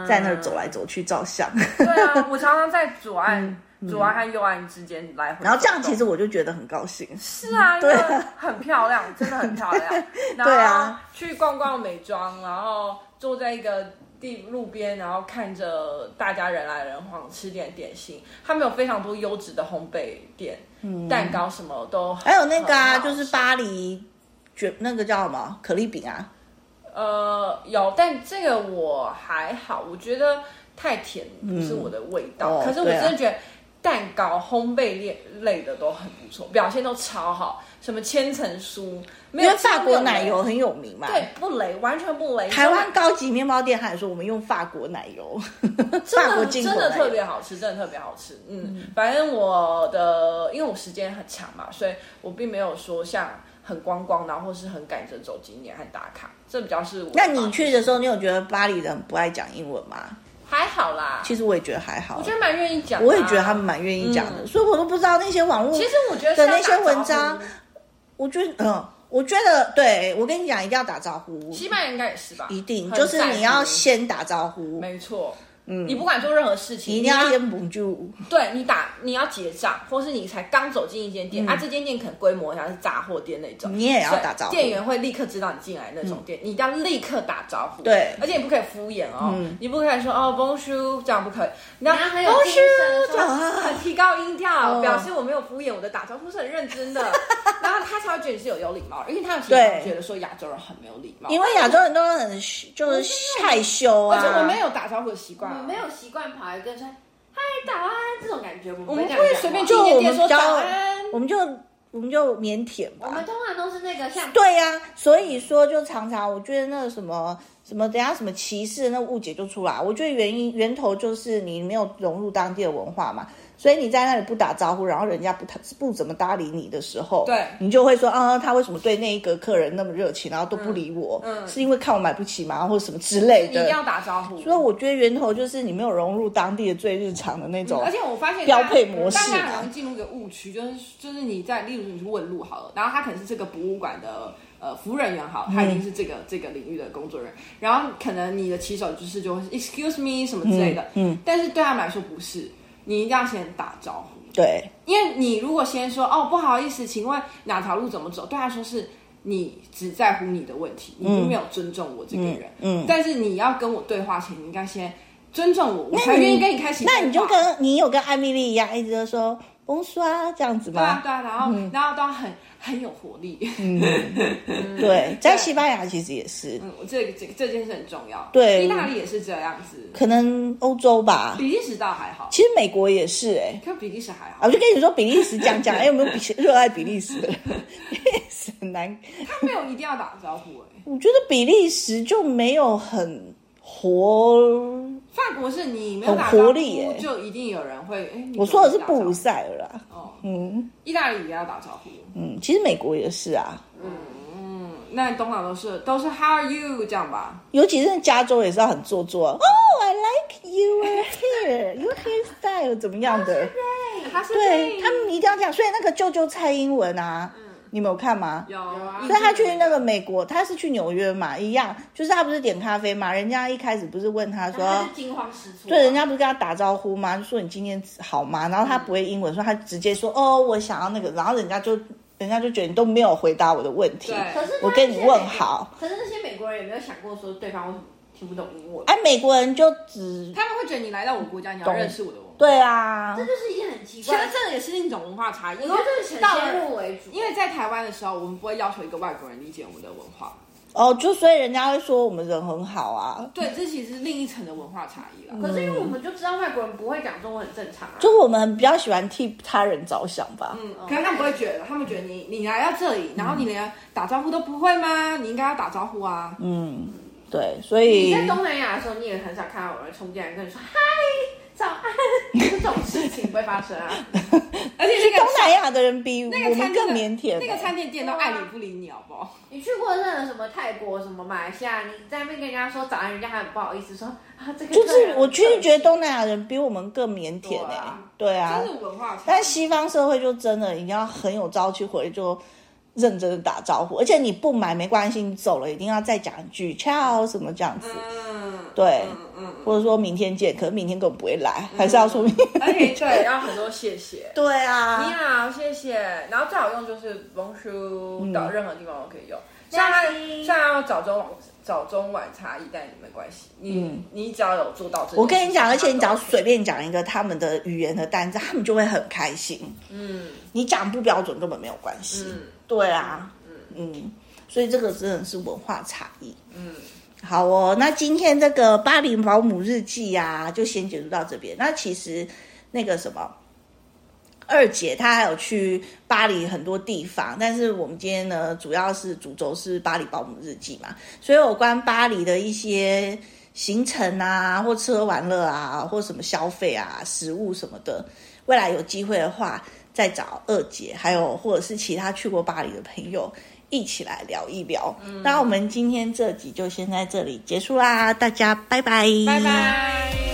[SPEAKER 1] 在那儿走来走去照相，
[SPEAKER 2] 对啊， 我常常在左岸、左岸和右岸之间来回走动。
[SPEAKER 1] 嗯然后这样其实我就觉得很高兴，
[SPEAKER 2] 是啊，因
[SPEAKER 1] 对
[SPEAKER 2] 为
[SPEAKER 1] 啊
[SPEAKER 2] 很漂亮，真的很漂亮。然
[SPEAKER 1] 对
[SPEAKER 2] 后
[SPEAKER 1] 啊
[SPEAKER 2] 去逛逛美妆，然后坐在一个地路边，然后看着大家人来人往，吃点点心。他们有非常多优质的烘焙店，蛋糕什么都很
[SPEAKER 1] 嗯还有那个啊，
[SPEAKER 2] 很好
[SPEAKER 1] 就是巴黎卷那个叫什么可丽饼啊，
[SPEAKER 2] 呃，有，但这个我还好，我觉得太甜不是我的味道。
[SPEAKER 1] 哦
[SPEAKER 2] 可是我
[SPEAKER 1] 对啊
[SPEAKER 2] 真的觉得蛋糕、烘焙类类的都很不错，表现都超好，什么千层酥，没
[SPEAKER 1] 因
[SPEAKER 2] 有
[SPEAKER 1] 为法国奶油
[SPEAKER 2] 几乎
[SPEAKER 1] 很有名嘛。
[SPEAKER 2] 没有雷，对，哎不雷，完全不雷。
[SPEAKER 1] 台湾高级面包店还说我们用法国奶油，
[SPEAKER 2] 真
[SPEAKER 1] 法
[SPEAKER 2] 的
[SPEAKER 1] 国
[SPEAKER 2] 真
[SPEAKER 1] 进
[SPEAKER 2] 的
[SPEAKER 1] 口
[SPEAKER 2] 真的
[SPEAKER 1] 奶
[SPEAKER 2] 特
[SPEAKER 1] 油。
[SPEAKER 2] 别好吃，真的特别好吃。嗯，反正我的因为我时间很长嘛，所以我并没有说像很观光，然后或是很赶着走景点和打卡，这比较是我。
[SPEAKER 1] 那你去的时候，你有觉得巴黎人不爱讲英文吗？
[SPEAKER 2] 还好啦，
[SPEAKER 1] 其实我也觉得还好
[SPEAKER 2] 我觉，得蛮愿意讲的啊、
[SPEAKER 1] 我也觉得他们蛮愿意讲的，
[SPEAKER 2] 嗯
[SPEAKER 1] 所以我都不知道那些网络
[SPEAKER 2] 其实我觉得是
[SPEAKER 1] 的
[SPEAKER 2] 要
[SPEAKER 1] 那些
[SPEAKER 2] 打招
[SPEAKER 1] 文
[SPEAKER 2] 呼
[SPEAKER 1] 章，我觉得，嗯，我觉得，对我跟你讲，一定要打招呼，
[SPEAKER 2] 西班牙应该也是吧，
[SPEAKER 1] 一定
[SPEAKER 2] 很
[SPEAKER 1] 就是
[SPEAKER 2] 在
[SPEAKER 1] 你要
[SPEAKER 2] 乎
[SPEAKER 1] 先打招呼，
[SPEAKER 2] 没错，嗯，你不管做任何事情，
[SPEAKER 1] 你一定要先补住，
[SPEAKER 2] 对你打你要结账，或是你才刚走进一间店、啊，这间店可能规模像是杂货店那种，
[SPEAKER 1] 嗯你也要打招呼嗯
[SPEAKER 2] 所以店员会立刻知道你进来那种店，你一定要立刻打招呼，
[SPEAKER 1] 对嗯
[SPEAKER 2] 而且你不可以敷衍哦，你不可以说哦 Bonjour 这样不可以，你要
[SPEAKER 3] 然后很有
[SPEAKER 1] 啊
[SPEAKER 3] 精
[SPEAKER 2] Bonjour
[SPEAKER 3] 神
[SPEAKER 2] 这
[SPEAKER 3] 说
[SPEAKER 2] 样很提高音调，
[SPEAKER 1] 哦
[SPEAKER 2] 表示我没有敷衍，我的打招呼是很认 真的，然后他才会觉得你是有有礼貌，因为他们其
[SPEAKER 1] 对
[SPEAKER 2] 实觉得说亚洲人很没有礼貌，
[SPEAKER 1] 因为亚洲人都很就是害羞
[SPEAKER 2] 而且哦我
[SPEAKER 1] 啊，
[SPEAKER 2] 们有打招呼的习惯、
[SPEAKER 3] 我
[SPEAKER 2] 啊，
[SPEAKER 3] 们没有习惯跑来跟人说嗨早安这种感觉，我
[SPEAKER 2] 我们
[SPEAKER 3] 们
[SPEAKER 2] 不
[SPEAKER 3] 这样
[SPEAKER 2] 会
[SPEAKER 3] 讲
[SPEAKER 2] 随便
[SPEAKER 3] 话
[SPEAKER 2] 进
[SPEAKER 1] 就
[SPEAKER 2] 一间
[SPEAKER 1] 我
[SPEAKER 2] 店
[SPEAKER 1] 们
[SPEAKER 2] 说
[SPEAKER 1] 比较
[SPEAKER 2] 早安。
[SPEAKER 1] 我们就我们就腼腆
[SPEAKER 3] 我们
[SPEAKER 1] 吧，
[SPEAKER 3] 通常都是那个像
[SPEAKER 1] 对呀、所以说就常常我觉得那个什么。什么？等一下什么歧视？那误解就出来。我觉得原因源头就是你没有融入当地的文化嘛，所以你在那里不打招呼，然后人家不太不怎么搭理你的时候，
[SPEAKER 2] 对
[SPEAKER 1] 你就会说啊，他为什么对那一个客人那么热情，然后都
[SPEAKER 2] 嗯
[SPEAKER 1] 不理我？是因为看我买不起吗，或者什么之类
[SPEAKER 2] 你一
[SPEAKER 1] 的？
[SPEAKER 2] 定要打招呼。
[SPEAKER 1] 所以我觉得源头就是你没有融入当地的最日常的那种，
[SPEAKER 2] 嗯而且我发现
[SPEAKER 1] 标
[SPEAKER 2] 大家
[SPEAKER 1] 配模式
[SPEAKER 2] 大家
[SPEAKER 1] 啊
[SPEAKER 2] 很容易进入一个误区，就是就是你在，例如你去问路好了，然后他可能是这个博物馆的呃服务人员好，他已经是这个、
[SPEAKER 1] 嗯
[SPEAKER 2] 这个领域的工作人员，然后可能你的起手就是就会是 excuse me 什么之类的，
[SPEAKER 1] 嗯嗯
[SPEAKER 2] 但是对他们来说不是，你一定要先打招呼，
[SPEAKER 1] 对
[SPEAKER 2] 因为你如果先说哦不好意思，请问哪条路怎么走，对他来说是。你只在乎你的问题，你并没有尊重我这个人。
[SPEAKER 1] 嗯嗯
[SPEAKER 2] 但是你要跟我对话前，你应该先尊重我，我
[SPEAKER 1] 那
[SPEAKER 2] 才
[SPEAKER 1] 你
[SPEAKER 2] 愿意跟你开启对话。
[SPEAKER 1] 那你就跟你有跟艾米丽一样，一直都说“崩刷”这样子
[SPEAKER 2] 对啊
[SPEAKER 1] 吗？
[SPEAKER 2] 对啊，然后、
[SPEAKER 1] 嗯
[SPEAKER 2] 然后都很很有活力。
[SPEAKER 1] 对
[SPEAKER 2] 啊
[SPEAKER 1] 在西班牙其实也是，
[SPEAKER 2] 嗯，我 这个这个这件事很重要。
[SPEAKER 1] 对
[SPEAKER 2] 意大利也是这样子，
[SPEAKER 1] 可能欧洲吧，
[SPEAKER 2] 比利时倒还好，
[SPEAKER 1] 其实美国也是哎、欸
[SPEAKER 2] 可比利时还好
[SPEAKER 1] 啊，我，就跟你说，比利时讲 讲，哎，有没有比热爱比利时的人？比利时很难，
[SPEAKER 2] 他没有一定要打招呼哎、
[SPEAKER 1] 我觉得比利时就没有很活。
[SPEAKER 2] 法国是你没有打招
[SPEAKER 1] 很
[SPEAKER 2] 呼，
[SPEAKER 1] 活力哎
[SPEAKER 2] 就一定有人会哎。你
[SPEAKER 1] 我说的是布
[SPEAKER 2] 怎么
[SPEAKER 1] 鲁
[SPEAKER 2] 没打招
[SPEAKER 1] 塞尔啦，
[SPEAKER 2] 呼哦，
[SPEAKER 1] 嗯
[SPEAKER 2] 意大利也要打招呼。
[SPEAKER 1] 嗯，其实美国也是啊，
[SPEAKER 2] 那东港都是都是 How are you 这样吧？
[SPEAKER 1] 尤其是加州也是要啊很做作。Oh, I like you are here, your hairstyle 怎么样的？
[SPEAKER 2] 他是
[SPEAKER 1] 对
[SPEAKER 2] 被
[SPEAKER 1] 他们一定要这样。所以那个舅舅蔡英文啊，
[SPEAKER 3] 嗯
[SPEAKER 1] 你们有看吗？
[SPEAKER 2] 有啊，
[SPEAKER 1] 所以他去那个美国，他是去纽约嘛，一样，就是他不是点咖啡嘛，人家一开始不是问他
[SPEAKER 3] 他
[SPEAKER 1] 说
[SPEAKER 3] 就，惊慌失措，啊
[SPEAKER 1] 对，人家不是跟他打招呼吗？就说你今天好吗？然后他不会英文，说他直接
[SPEAKER 3] 嗯
[SPEAKER 1] 说哦，我想要那个，然后人家就人家就觉得你都没有回答我的问题
[SPEAKER 2] 对。
[SPEAKER 3] 可是
[SPEAKER 1] 我跟你问好，
[SPEAKER 3] 可是那些美国人也没有想过说对方为什么听不懂英文，
[SPEAKER 1] 哎，美国人就只
[SPEAKER 2] 他们会觉得你来到我国家，你要
[SPEAKER 1] 懂
[SPEAKER 2] 认识我的文化。
[SPEAKER 1] 对啊，
[SPEAKER 3] 这就是一件很奇
[SPEAKER 2] 其实
[SPEAKER 3] 怪。
[SPEAKER 2] 这也是另一种文化差异，因
[SPEAKER 3] 我觉得这是
[SPEAKER 2] 到
[SPEAKER 3] 很欸
[SPEAKER 2] 了
[SPEAKER 3] 先入为主，
[SPEAKER 2] 因为在台湾的时候，我们不会要求一个外国人理解我们的文化。
[SPEAKER 1] 哦，就所以人家会说我们人很好啊，
[SPEAKER 2] 对，这其实是另一层的文化差异
[SPEAKER 1] 嗯
[SPEAKER 2] 了。
[SPEAKER 3] 可是因为我们就知道外国人不会讲中文很正常啊。
[SPEAKER 1] 就我们比较喜欢替他人着想吧。
[SPEAKER 2] 嗯，可能他们不会觉得，他们觉得你你来到这里，然后你连打招呼都不会吗？你应该要打招呼啊。
[SPEAKER 1] 嗯，对，所
[SPEAKER 3] 你
[SPEAKER 1] 以
[SPEAKER 3] 在东南亚的时候，你也很少看到有人冲进来跟你说嗨早安，这种事情不会发 生啊。
[SPEAKER 2] 而且
[SPEAKER 1] 去
[SPEAKER 2] 那个
[SPEAKER 1] 东南亚的人比
[SPEAKER 2] 那
[SPEAKER 1] 我
[SPEAKER 2] 个
[SPEAKER 1] 们
[SPEAKER 2] 餐
[SPEAKER 1] 更
[SPEAKER 2] 厅
[SPEAKER 1] 腼腆欸。
[SPEAKER 2] 那个餐厅店都爱理不理你，好不好？
[SPEAKER 3] 你去过那个什么泰国、什么马来西亚，你在那边跟人家说早安，人家还很不好意思说啊这个
[SPEAKER 1] 就是我其实觉得
[SPEAKER 3] 东
[SPEAKER 1] 东南亚人比我们更腼腆哎、
[SPEAKER 3] 对啊
[SPEAKER 1] 对啊
[SPEAKER 2] 这是。文化差
[SPEAKER 1] 但
[SPEAKER 2] 异。
[SPEAKER 1] 西方社会就真的，你要很有朝气回就认真的打招呼，而且你不买没关系，你走了一定要再讲一句 “ciao” 什么这样子，
[SPEAKER 2] 嗯，
[SPEAKER 1] 对
[SPEAKER 2] 嗯嗯嗯。
[SPEAKER 1] 或者说明天见，可是明天根本不会来，还是要说明天。
[SPEAKER 2] 而且对，要很多谢谢。
[SPEAKER 1] 对
[SPEAKER 2] 你
[SPEAKER 1] 啊，
[SPEAKER 2] 好，谢谢。然后最好用就是
[SPEAKER 1] 嗯
[SPEAKER 2] Bonjour，到任何地方都可以用。虽然它虽
[SPEAKER 3] Merci
[SPEAKER 2] 然有早中晚早中晚差异，但也没关系。你、你只要有做到这件事
[SPEAKER 1] 嗯
[SPEAKER 2] 情，
[SPEAKER 1] 我跟你讲，而且你只要
[SPEAKER 2] 它都
[SPEAKER 1] 随便讲一个他们的语言的单字，他们就会很开心。
[SPEAKER 2] 嗯
[SPEAKER 1] 你讲不标准根本没有关系。
[SPEAKER 2] 嗯
[SPEAKER 1] 对啊，嗯所以这个真的是文化差异。嗯，好哦，那今天这个巴黎保姆日记呀、就先解读到这边。那其实那个什么。二姐她还有去巴黎很多地方，但是我们今天呢，主要是主轴是巴黎保姆日记嘛，所以有关巴黎的一些行程啊，或吃喝玩乐啊，或什么消费啊、食物什么的，未来有机会的话，再找二姐，还有或者是其他去过巴黎的朋友一起来聊一聊。那我们今天这集就先在这里结束啦，大家拜拜，
[SPEAKER 2] 拜拜。